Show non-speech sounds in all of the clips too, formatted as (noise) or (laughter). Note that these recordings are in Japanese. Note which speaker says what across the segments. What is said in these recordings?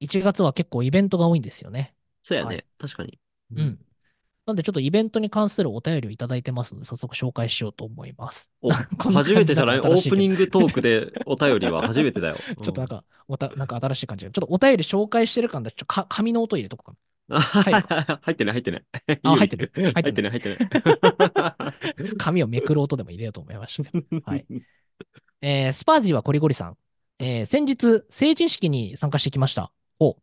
Speaker 1: 1月は結構イベントが多いんですよね。
Speaker 2: そうやね、
Speaker 1: は
Speaker 2: 確かに。
Speaker 1: うん。なんでちょっとイベントに関するお便りをいただいてますので、早速紹介しようと思います。(laughs)
Speaker 2: お
Speaker 1: こんな感じだったら
Speaker 2: 初めてじゃないオ
Speaker 1: 新しいけ
Speaker 2: ー
Speaker 1: ど
Speaker 2: プニングトークでお便りは初め
Speaker 1: (laughs)
Speaker 2: てだよ。
Speaker 1: ちょっ
Speaker 2: (laughs)
Speaker 1: となんか、おたなんか新しい感じで、ちょっとお便り紹介してる感で、ちょっとか紙の音入れとくかな。
Speaker 2: うん入ってない、入ってない。
Speaker 1: あ入ってる
Speaker 2: 入
Speaker 1: 入
Speaker 2: っ
Speaker 1: ってて
Speaker 2: な、
Speaker 1: ない
Speaker 2: 入ってない。
Speaker 1: 紙をめくる音でも入れようと思いました。はい。えースパージーはコリゴリさん。えー先日、成人式に参加してきました。お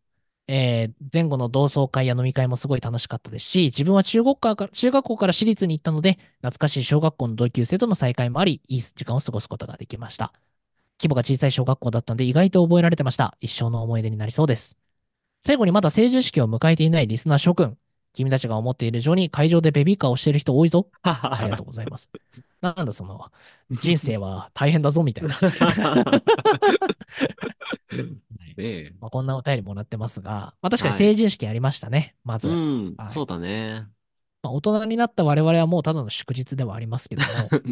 Speaker 1: えー前後の同窓会や飲み会もすごい楽しかったですし、自分は中国から中学校から私立に行ったので、懐かしい小学校の同級生との再会もあり、いい時間を過ごすことができました。規模が小さい小学校だったので意外と覚えられてました。一生の思い出になりそうです。最後にまだ成人式を迎えていないリスナー諸君、君たちが思っている以上に会場でベビーカーをしている人多いぞ。ありがとうございます。 (laughs) なんだその、人生は大変だぞみたいな。
Speaker 2: (laughs)
Speaker 1: (laughs)
Speaker 2: ねえ。
Speaker 1: まあ、こんなお便りもらってますが、まあ、確かに
Speaker 2: はい
Speaker 1: 成人式ありましたね、まず。
Speaker 2: う
Speaker 1: ま
Speaker 2: ん、
Speaker 1: はい
Speaker 2: そうだね。
Speaker 1: あ、大人になった我々はもうただの祝日ではありますけ
Speaker 2: (laughs)
Speaker 1: ども、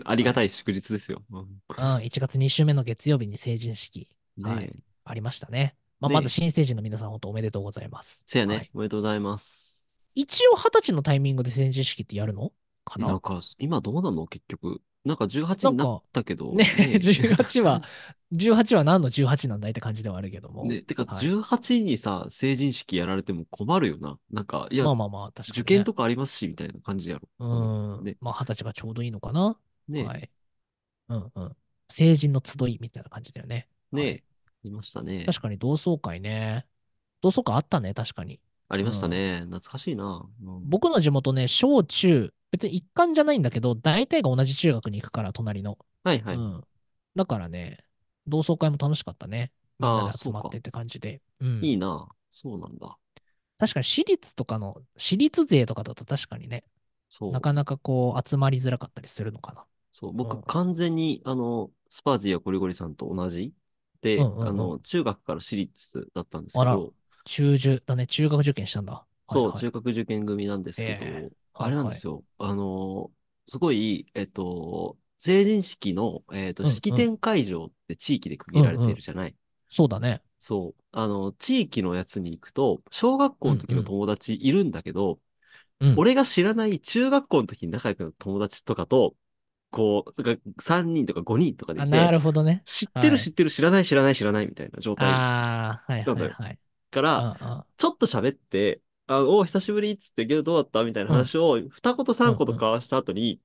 Speaker 2: ありがたい祝日ですよ。うん
Speaker 1: うん、1月2週目の月曜日に成人式
Speaker 2: ねえ
Speaker 1: はいありましたね。まあ、
Speaker 2: ね
Speaker 1: まず新成人の皆さん、本当おめでとうございます。
Speaker 2: せやね、
Speaker 1: はい
Speaker 2: おめでとうございます。
Speaker 1: 一応、二十歳のタイミングで成人式ってやるのか
Speaker 2: なん
Speaker 1: な
Speaker 2: か、今どうなの結局。なんか18になったけど。
Speaker 1: ね、 (laughs)
Speaker 2: え
Speaker 1: 18は、18は何の18なんだいって感じではあるけども。
Speaker 2: ね、てか
Speaker 1: はい
Speaker 2: 18にさ、成人式やられても困るよな。なんか、いや、
Speaker 1: まあまあまあ、確かに、ね。
Speaker 2: 受験とかありますし、みたいな感じやろ。
Speaker 1: うん。
Speaker 2: ね
Speaker 1: まあ、二十歳がちょうどいいのかな。
Speaker 2: ね、
Speaker 1: はい。うんうん。成人の集いみたいな感じだよね。
Speaker 2: ね、
Speaker 1: はい
Speaker 2: いましたね。
Speaker 1: 確かに同窓会ね。同窓会あったね、確かに。
Speaker 2: ありましたね。懐かしいな。うん
Speaker 1: 僕の地元ね、小中、別に一貫じゃないんだけど、大体が同じ中学に行くから、隣の。
Speaker 2: はいはい。
Speaker 1: うん。だからね、同窓会も楽しかったね。みん
Speaker 2: あー
Speaker 1: なで集まってって感じで。うん。
Speaker 2: いいな。そうなんだ。
Speaker 1: 確かに私立とかの、私立勢とかだと確かにね、
Speaker 2: そう
Speaker 1: な。かなかこう集まりづらかったりするのかな。
Speaker 2: そう。
Speaker 1: う
Speaker 2: 僕、
Speaker 1: ん
Speaker 2: 完全に、あの、スパージーやゴリゴリさんと同じ。で、
Speaker 1: うんうんうん
Speaker 2: あの、中学から私立だったんですけ
Speaker 1: あら
Speaker 2: ど、
Speaker 1: 中受だね、中学受験したんだ。
Speaker 2: そう、
Speaker 1: はいはい
Speaker 2: 中学受験組なんですけど、
Speaker 1: え
Speaker 2: あれなんですよ。あの、すごい、えっと、成人式の、えっと、
Speaker 1: うんうん
Speaker 2: 式典会場って地域で区切られているじゃない。
Speaker 1: そうだね。
Speaker 2: そう。あの、地域のやつに行くと、小学校の時の友達いるんだけど、
Speaker 1: うん。
Speaker 2: 俺が知らない中学校の時に仲良くなった友達とかと、こう、それから3人とか5人とかでい
Speaker 1: あ、
Speaker 2: て、
Speaker 1: なるほどね。
Speaker 2: 知ってる
Speaker 1: はい
Speaker 2: 知ってる知らない知らない知らないみたいな状態か
Speaker 1: ああ、はい
Speaker 2: な
Speaker 1: は
Speaker 2: んだ
Speaker 1: い
Speaker 2: よ
Speaker 1: はい。
Speaker 2: ら、
Speaker 1: あ
Speaker 2: ちょっと喋って、あ、おう、久しぶりっつって、けどどうだったみたいな話を、二言三言と交わした後に、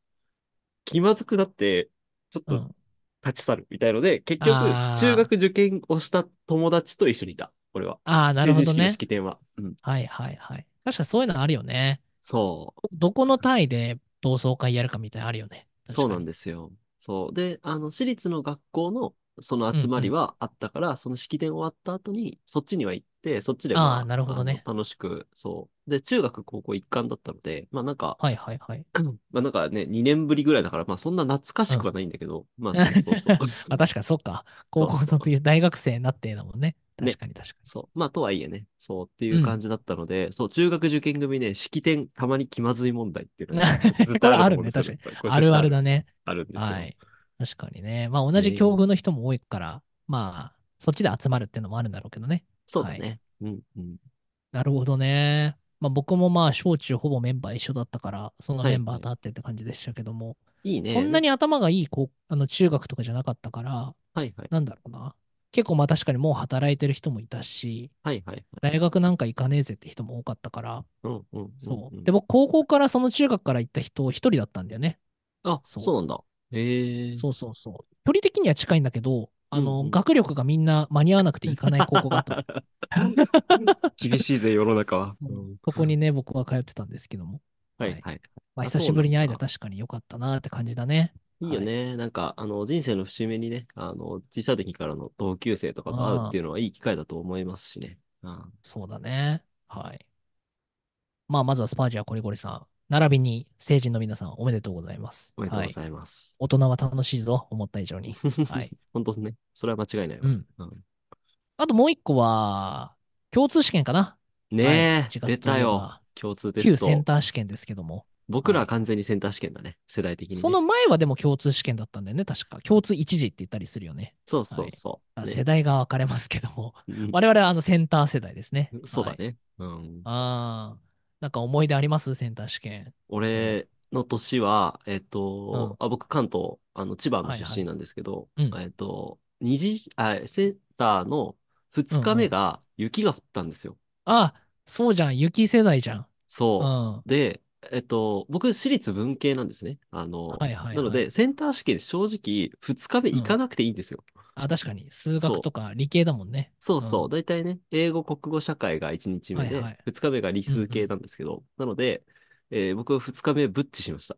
Speaker 2: 気まずくなって、ちょっ
Speaker 1: うんう
Speaker 2: と
Speaker 1: ん
Speaker 2: 立ち去るみたいので、結局、
Speaker 1: あー
Speaker 2: 中学受験をした友達と一緒にいた、俺は。
Speaker 1: ああ、なるほど
Speaker 2: 成人式の
Speaker 1: ね。
Speaker 2: 式典は。うん。
Speaker 1: はいはいはい。確かそういうのあるよね。
Speaker 2: そう。
Speaker 1: どこの単位で同窓会やるかみたいなのあるよね。
Speaker 2: そうなん
Speaker 1: だ。
Speaker 2: ですよ。そう。で、あの、私立の学校のその集まりはあったから、その式典終わった後に、そっちには行って、そっちで、
Speaker 1: あー
Speaker 2: ま
Speaker 1: なるほどね
Speaker 2: あの楽しく、そう。で、中学、高校一貫だったので、まあなんか、 (clears throat)
Speaker 1: はいはいはい。
Speaker 2: まあなんかね、2年ぶりぐらいだから、まあそんな懐かしくはないんだけど、まあそうそうそう。
Speaker 1: (laughs) あ、確かにそっか。高校卒業、大学生になってだもんね。
Speaker 2: ね
Speaker 1: 確かに確かに。
Speaker 2: そう。まあとはいえね、そうっていう感じだったので、そう、中学受験組ね、式典たまに気まずい問題っ
Speaker 1: (laughs)
Speaker 2: ていうのがずっとあると思うんですよ。
Speaker 1: これあるね
Speaker 2: やっぱりこれ
Speaker 1: あるある
Speaker 2: 絶対
Speaker 1: だね。
Speaker 2: あるんですよ。
Speaker 1: はい。確かにね。まあ同じ境遇の人も多いから、まあ、そっちで集まるっていうのもあるんだろうけどね。
Speaker 2: そうだ
Speaker 1: はい
Speaker 2: ね。うんうん。
Speaker 1: なるほどね。まあ僕もまあ小中ほぼメンバー一緒だったから、その
Speaker 2: はい
Speaker 1: メンバーと会ってって感じでしたけども、
Speaker 2: いいね。
Speaker 1: そんなに頭がいい高あの中学とかじゃなかったから、
Speaker 2: はいはい。
Speaker 1: なんだろうな。結構まあ確かにもう働いてる人もいたし、
Speaker 2: はいはいはい。
Speaker 1: 大学なんか行かねえぜって人も多かったから、
Speaker 2: うんうんうん
Speaker 1: そう。
Speaker 2: ん
Speaker 1: で、僕高校からその中学から行った人一人だったんだよね。
Speaker 2: あ、そ
Speaker 1: そうう
Speaker 2: なんだ。へえ。 (laughs)
Speaker 1: そうそうそう。距離的には近いんだけど、あの、
Speaker 2: うんうん
Speaker 1: 学力がみんな間に合わなくて行かない高校があったの。
Speaker 2: 厳しいぜ、世の中は。
Speaker 1: (laughs) う
Speaker 2: (laughs) うん
Speaker 1: んここにね、僕は通ってたんですけども。
Speaker 2: はいはい。
Speaker 1: まあ
Speaker 2: あそ
Speaker 1: 久
Speaker 2: うなんだ
Speaker 1: しぶりに会えて確かに良かったなって感じだね。
Speaker 2: いいよね。なんか、あの、人生の節目にね、あの、小さい時からの同級生とかと会うっていうのはいい機会だと思いますしね。うん
Speaker 1: そうだね。はい。まあ、まずはスパージアコリゴリさん。並びに成人の皆さんおめでとうございます。
Speaker 2: おめでとう
Speaker 1: は
Speaker 2: ご
Speaker 1: い。
Speaker 2: ざいます。
Speaker 1: 大人は楽しいぞ、思った以上に。はい。
Speaker 2: (laughs) 本当ですね。それは間違いないわ
Speaker 1: う。ん
Speaker 2: うん。
Speaker 1: あともう一個は、共通試験かな。
Speaker 2: ね
Speaker 1: はい
Speaker 2: え、
Speaker 1: 1
Speaker 2: 出
Speaker 1: 月と
Speaker 2: た
Speaker 1: いえば
Speaker 2: よ。共通テ
Speaker 1: 旧
Speaker 2: ス
Speaker 1: セン
Speaker 2: ト。
Speaker 1: ター試験ですけども。
Speaker 2: 僕らは完全にセンター試験だね。世代的にね。
Speaker 1: その前はでも共通試験だったんだよね、確か。共通一次って言ったりするよね。
Speaker 2: そうそうそう。
Speaker 1: あ
Speaker 2: ね
Speaker 1: 世代が分かれますけども。 (laughs)
Speaker 2: うん
Speaker 1: 我々はあのセンター世代ですね。
Speaker 2: そうだ
Speaker 1: はい。
Speaker 2: ね。うん。
Speaker 1: ああ。なんか思い出ありますセンター試験。
Speaker 2: 俺の年は、えっと、あ、僕関東、あの、千葉の
Speaker 1: はい
Speaker 2: 出
Speaker 1: はい
Speaker 2: 身なんですけど、
Speaker 1: うん
Speaker 2: えっと、二次、あ、センターの2日目が雪が降ったんですよ。
Speaker 1: あ、そうじゃん。雪世代じゃん。うん。
Speaker 2: そう。
Speaker 1: は
Speaker 2: で、えっと、僕、私立文系なんですね。あの、
Speaker 1: いはい、はい。
Speaker 2: なので、、センター試験、正直、2日目行かなくていいんですよ。
Speaker 1: あ、確かに。数
Speaker 2: そ
Speaker 1: 学
Speaker 2: う
Speaker 1: とか理系だもんね。
Speaker 2: そうそうう、大体ね、英語、国語、社会が1日目
Speaker 1: は
Speaker 2: で、
Speaker 1: いはい
Speaker 2: 2日目が理数系なんですけど、なので、えー僕は2日目、ブッチしま
Speaker 1: (laughs)
Speaker 2: した。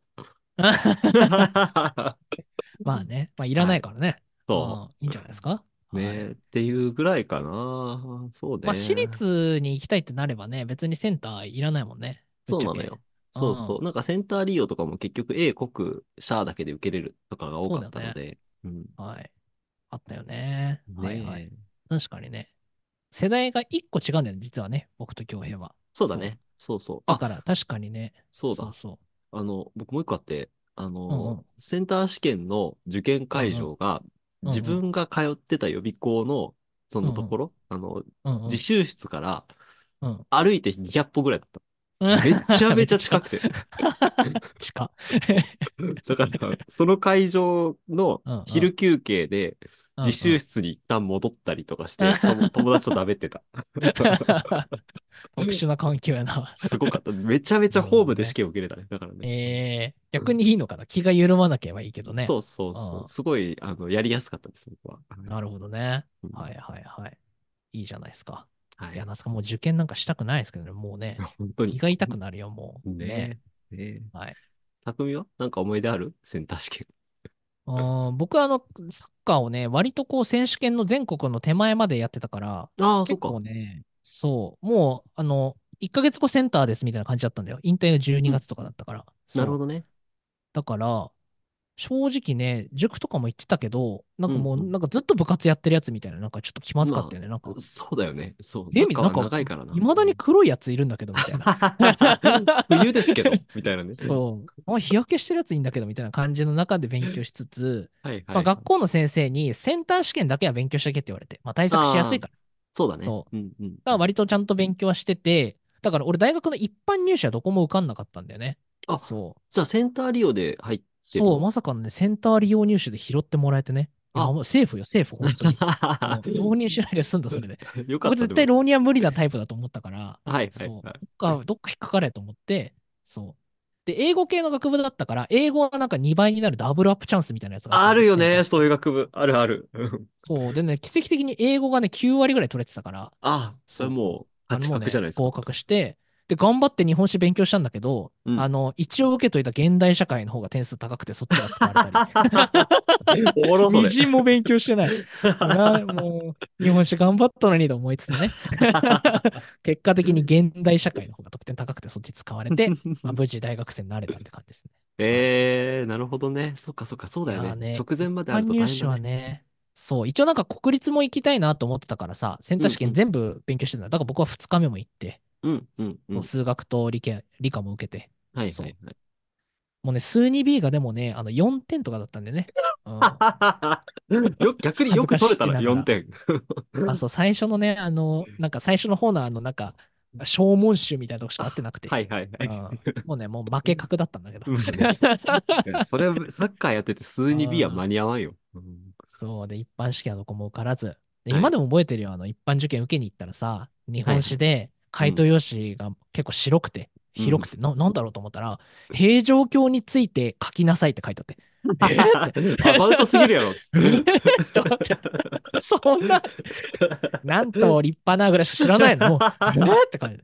Speaker 1: まあね。まあ、いらないからね。
Speaker 2: そ
Speaker 1: うんいいんじゃないですか。
Speaker 2: う。ね、
Speaker 1: はい
Speaker 2: っていうぐらいかな。そうね。
Speaker 1: まあ、私立に行きたいってなればね、別にセンターいらないもんね。
Speaker 2: そうなのよ。そうそう。なんかセンター利用とかも結局、英国、社だけで受けれるとかが多かったので。うん
Speaker 1: はい。あったよね。はいは
Speaker 2: ね
Speaker 1: い。
Speaker 2: え
Speaker 1: 確かにね。世代が一個違うんだよね、実はね。僕と恭平は。
Speaker 2: そうだね。そうそう。
Speaker 1: だ
Speaker 2: あ、
Speaker 1: から確かにね。
Speaker 2: そうだ。
Speaker 1: そう
Speaker 2: あの、僕もう一個あって、あの、
Speaker 1: うんうん
Speaker 2: センター試験の受験会場が、
Speaker 1: うんうん
Speaker 2: 自分が通ってた予備校の、そのところ、あの、
Speaker 1: そう。うんうん
Speaker 2: 自習室から
Speaker 1: うん
Speaker 2: 歩いて200歩ぐらいだった。めちゃめちゃ近くて。
Speaker 1: (laughs) 近。
Speaker 2: (laughs) だから、その会場の
Speaker 1: うんうん
Speaker 2: 昼休憩で、自習
Speaker 1: 室。
Speaker 2: 室に一旦戻ったりとかして、友友達と食べて
Speaker 1: (laughs)
Speaker 2: た。
Speaker 1: (laughs) 特殊な環境やな。
Speaker 2: すごかった。めちゃめちゃホームで試験を受けれたね。だからね。
Speaker 1: (laughs) えー、逆にいいのかな。気が緩まなければいいけどね。
Speaker 2: そうそうそうう。
Speaker 1: ん
Speaker 2: すごい、あの、やりやすかったです、僕は。
Speaker 1: なるほどね。
Speaker 2: うん
Speaker 1: はいはいはい。いいじゃないですか。
Speaker 2: はい
Speaker 1: や、
Speaker 2: い。
Speaker 1: なんすかもう受験なんかしたくないですけどね、もうね
Speaker 2: いや。本当に。
Speaker 1: 胃が痛くなるよ、もう。
Speaker 2: ねえ。ねえ。
Speaker 1: はい。
Speaker 2: 匠はなんか思い出あるセンター試験。
Speaker 1: うん僕はあの、サッカーをね、割とこう選手権の全国の手前までやってたから、
Speaker 2: ああ、そ
Speaker 1: 結
Speaker 2: っか。
Speaker 1: 構ね、そう、もう、あの、1ヶ月後センターですみたいな感じだったんだよ。引退が12月とかだったから。
Speaker 2: なるほ
Speaker 1: ど。
Speaker 2: どね。
Speaker 1: だから、正直ね、塾とかも行ってたけど、なんかもう、
Speaker 2: うんうん
Speaker 1: なんかずっと部活やってるやつみたいな、なんかちょっと気まずかったよね。なんか、
Speaker 2: そうだよね。そう。
Speaker 1: ゲーム
Speaker 2: サッカーは長いからな。
Speaker 1: いまだに黒いやついるんだけど、みたいな。
Speaker 2: (laughs) 冬ですけど、みたいなね。
Speaker 1: そう。あ日焼けしてるやついいんだけど、みたいな感じの中で勉強しつつ、
Speaker 2: う。はいはい。
Speaker 1: まあ、学校の先生にセンター試験だけは勉強しとけって言われて、まあ、対策しやすいから。だ
Speaker 2: そうだね。
Speaker 1: そ
Speaker 2: うんうん。
Speaker 1: から割とちゃんと勉強はしてて、だから俺大学の一般入試はどこも受かんなかったんだよね。
Speaker 2: あ
Speaker 1: そう。
Speaker 2: じゃあセンター利用で入ってる
Speaker 1: そう、まさかのね、センター利用入試で拾ってもらえてね。いや
Speaker 2: あ
Speaker 1: もうセーフよ、セーフ、本
Speaker 2: (laughs)
Speaker 1: 当に。もう浪人しないで済んだ、それで。
Speaker 2: よかっ
Speaker 1: 僕
Speaker 2: た。
Speaker 1: 絶対
Speaker 2: でも
Speaker 1: 浪人は無理なタイプだと思ったから、
Speaker 2: はいはい
Speaker 1: そう
Speaker 2: はい。
Speaker 1: どっか、どっか引っかかれと思って、そう。で、英語系の学部だったから、英語はなんか2倍になるダブルアップチャンスみたいなやつが
Speaker 2: あるよね、
Speaker 1: センター試験
Speaker 2: そういう学部。あるある。うん
Speaker 1: そう。でね、奇跡的に英語がね、9割ぐらい取れてたから、
Speaker 2: あ、それもう、
Speaker 1: あの
Speaker 2: 八
Speaker 1: もう
Speaker 2: 角
Speaker 1: ね
Speaker 2: じゃないですか。
Speaker 1: 合格して、で、頑張って日本史勉強したんだけど、
Speaker 2: うん
Speaker 1: あの、一応受けといた現代社会の方が点数高くて、そっちが使われたり。
Speaker 2: おもろ (laughs) そ
Speaker 1: み
Speaker 2: れ。
Speaker 1: じんも勉強してない。
Speaker 2: (laughs)
Speaker 1: なもう、日本史頑張ったのにと思いつつ
Speaker 2: (laughs)
Speaker 1: ね。結果的に現代社会の方が得点高くて、そっち使われ
Speaker 2: (laughs)
Speaker 1: て、まあ、無事大学生になれたって感じですね。
Speaker 2: えー、なるほどね。そっかそっか、そうだよ
Speaker 1: あー
Speaker 2: ね。
Speaker 1: ね
Speaker 2: 直前まであ
Speaker 1: 一般
Speaker 2: ると
Speaker 1: 入
Speaker 2: 大
Speaker 1: 試
Speaker 2: 変
Speaker 1: は
Speaker 2: だね。
Speaker 1: ね、そう、一応なんか国立も行きたいなと思ってたからさ、センター試
Speaker 2: う
Speaker 1: 験
Speaker 2: んうん
Speaker 1: 全部勉強してたのだから僕は2日目も行って、
Speaker 2: うんうんうん。
Speaker 1: もう数学と理系理科も受けて、
Speaker 2: はい
Speaker 1: そ
Speaker 2: は
Speaker 1: う
Speaker 2: いはい。
Speaker 1: もうね、数 2B がでもね、あの4点とかだったんでね。うん
Speaker 2: よ (laughs) 逆によく取れたな、
Speaker 1: 恥ず
Speaker 2: 4
Speaker 1: か
Speaker 2: 点。
Speaker 1: あ、そう、最初のね、あの、なんか最初の方のあの、なんか、小問集みたいなとこしか合ってなくて、
Speaker 2: (laughs) はいはいは
Speaker 1: うんもうね、もう負け確だったんだけど
Speaker 2: う。んいや。それ、サッカーやってて数に B は間に合わんよ。うん
Speaker 1: そうで、一般試験はどこも受からず。で
Speaker 2: はい
Speaker 1: 今でも覚えてるよ、あの、一般受験受けに行ったらさ、日本史で回答用紙が結構白くて、
Speaker 2: うん
Speaker 1: 広くて、な、なんだろうと思ったら、平城京について書きなさいって書いて (laughs) あって、えーって
Speaker 2: アバウトすぎるやろ。つっ
Speaker 1: え
Speaker 2: て
Speaker 1: ーって思ってそんな、なんと立派なぐらいしか知らないの。もう、えーって感じ。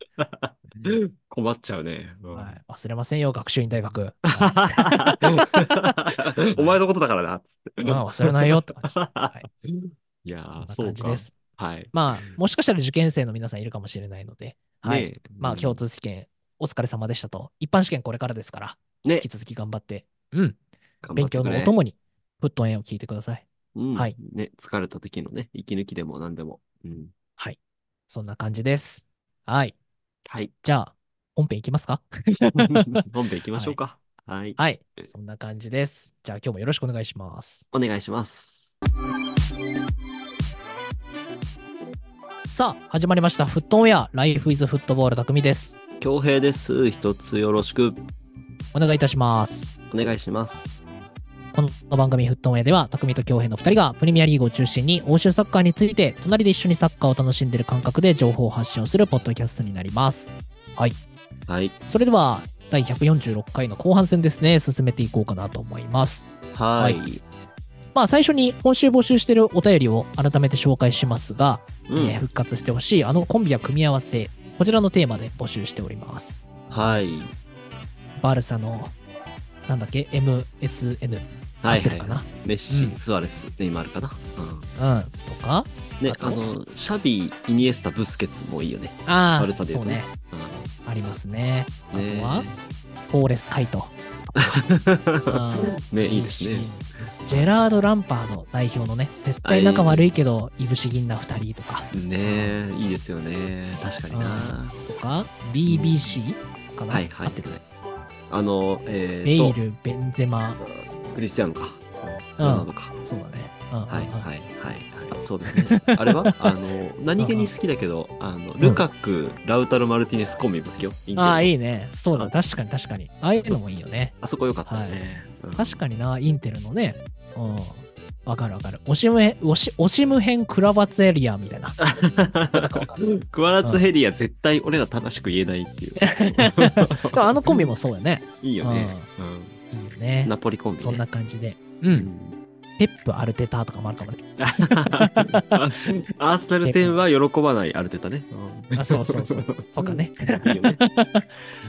Speaker 2: 困っちゃうね。うん
Speaker 1: はい、忘れませんよ、学習院大学。
Speaker 2: (laughs) お前のことだからな、つって。
Speaker 1: まあ、忘れないよって感じ。はい
Speaker 2: いや
Speaker 1: そん
Speaker 2: ー、
Speaker 1: な
Speaker 2: (laughs) そう
Speaker 1: 感じ
Speaker 2: か
Speaker 1: で。す。
Speaker 2: はい。
Speaker 1: まあ、もしかしたら受験生の皆さんいるかもしれないので、はい。
Speaker 2: ねえ
Speaker 1: まあ、共通試験、お疲れ様でしたと。一般試験これからですから、
Speaker 2: ね
Speaker 1: 引き続き頑張って、うん、
Speaker 2: 頑張
Speaker 1: 勉
Speaker 2: って
Speaker 1: 強
Speaker 2: く
Speaker 1: のお
Speaker 2: れ
Speaker 1: 供に、フットンを聞いてください。
Speaker 2: うん
Speaker 1: はい
Speaker 2: ね、疲れた時のね、息抜きでも何でも。うん。
Speaker 1: そんな感じです。はい。
Speaker 2: はい。
Speaker 1: (laughs) じゃあ、本編いきます
Speaker 2: (laughs)
Speaker 1: か
Speaker 2: 本編行きましょうか。はい。
Speaker 1: はい。そんな感じです。じゃあ今日もよろしくお願いします。
Speaker 2: お願いします。
Speaker 1: さあ、始まりました。フットオンエア、ライフイズフットボール匠です。
Speaker 2: 恭平です。一つよろしく
Speaker 1: お願いいたします。
Speaker 2: お願いします。
Speaker 1: この番組フットオンエアでは、匠と京平の2人がプレミアリーグを中心に欧州サッカーについて、隣で一緒にサッカーを楽しんでいる感覚で情報を発信をするポッドキャストになります。
Speaker 2: はい。
Speaker 1: それでは、第146回の後半戦ですね、進めていこうかなと思います。
Speaker 2: はい。
Speaker 1: まあ、最初に今週募集しているお便りを改めて紹介しますが、
Speaker 2: うん。
Speaker 1: えー復活してほしいあのコンビや組み合わせ、こちらのテーマで募集しております。
Speaker 2: はい。
Speaker 1: バルサの、なんだっけ、MSN
Speaker 2: はい
Speaker 1: 合ってる
Speaker 2: は
Speaker 1: か
Speaker 2: い。
Speaker 1: な、
Speaker 2: メッシ、
Speaker 1: うん
Speaker 2: スアレス、ネイマールかな。うん
Speaker 1: うん、とか、
Speaker 2: ね
Speaker 1: あ、と
Speaker 2: あの、シャビ、イニエスタ、ブスケツもいいよね。
Speaker 1: あ
Speaker 2: バ
Speaker 1: あ、
Speaker 2: ルサで言
Speaker 1: そう
Speaker 2: うとね
Speaker 1: ね、ありますね。
Speaker 2: う
Speaker 1: あと
Speaker 2: ん、ね
Speaker 1: は、トーレス・カイ
Speaker 2: (laughs)
Speaker 1: ト。
Speaker 2: ねいいですね。
Speaker 1: ジェラード・ランパード代表のね、絶対仲悪いけど、いぶし銀な2人とか、
Speaker 2: ねいいですよね。確かにな。
Speaker 1: とか、BBC かな、
Speaker 2: はいはい
Speaker 1: 合ってる
Speaker 2: あの、え
Speaker 1: ベ
Speaker 2: ー
Speaker 1: イ
Speaker 2: と、
Speaker 1: ル、ベンゼマ、
Speaker 2: クリスティアーノか。
Speaker 1: うん
Speaker 2: ロナウドか。
Speaker 1: そうだね。うんうんうん
Speaker 2: はいはいはいはい。そうで
Speaker 1: (laughs)
Speaker 2: すね。あれはあの、何気に好きだけど、あの、ルカク、ラウタロ・マルティネスコンビも好きよ。インテルの
Speaker 1: ああ、いいね。そうだ、
Speaker 2: うん
Speaker 1: 確かに確かに。ああいうのもいいよね。
Speaker 2: あそこ良かったよね。うん
Speaker 1: 確かにな、インテルのね。うん。わかるわかる。オシムヘオシオシムヘンクラバツエリアみたい
Speaker 2: (laughs)
Speaker 1: な。 (laughs)
Speaker 2: クワラツヘリア絶対俺ら正しく言えないっていう。 (laughs)
Speaker 1: あのコンビもそうだね。
Speaker 2: いいよね。
Speaker 1: いい
Speaker 2: うん
Speaker 1: ね。
Speaker 2: ナポリコンビね。
Speaker 1: そんな感じで。 (laughs) うん。ペップアルテタとかもあるかもね。
Speaker 2: あアーセナル戦は喜ばないアルテタね。
Speaker 1: あ、そうそう
Speaker 2: (laughs)
Speaker 1: そう。とかね。 (laughs)
Speaker 2: いいよね。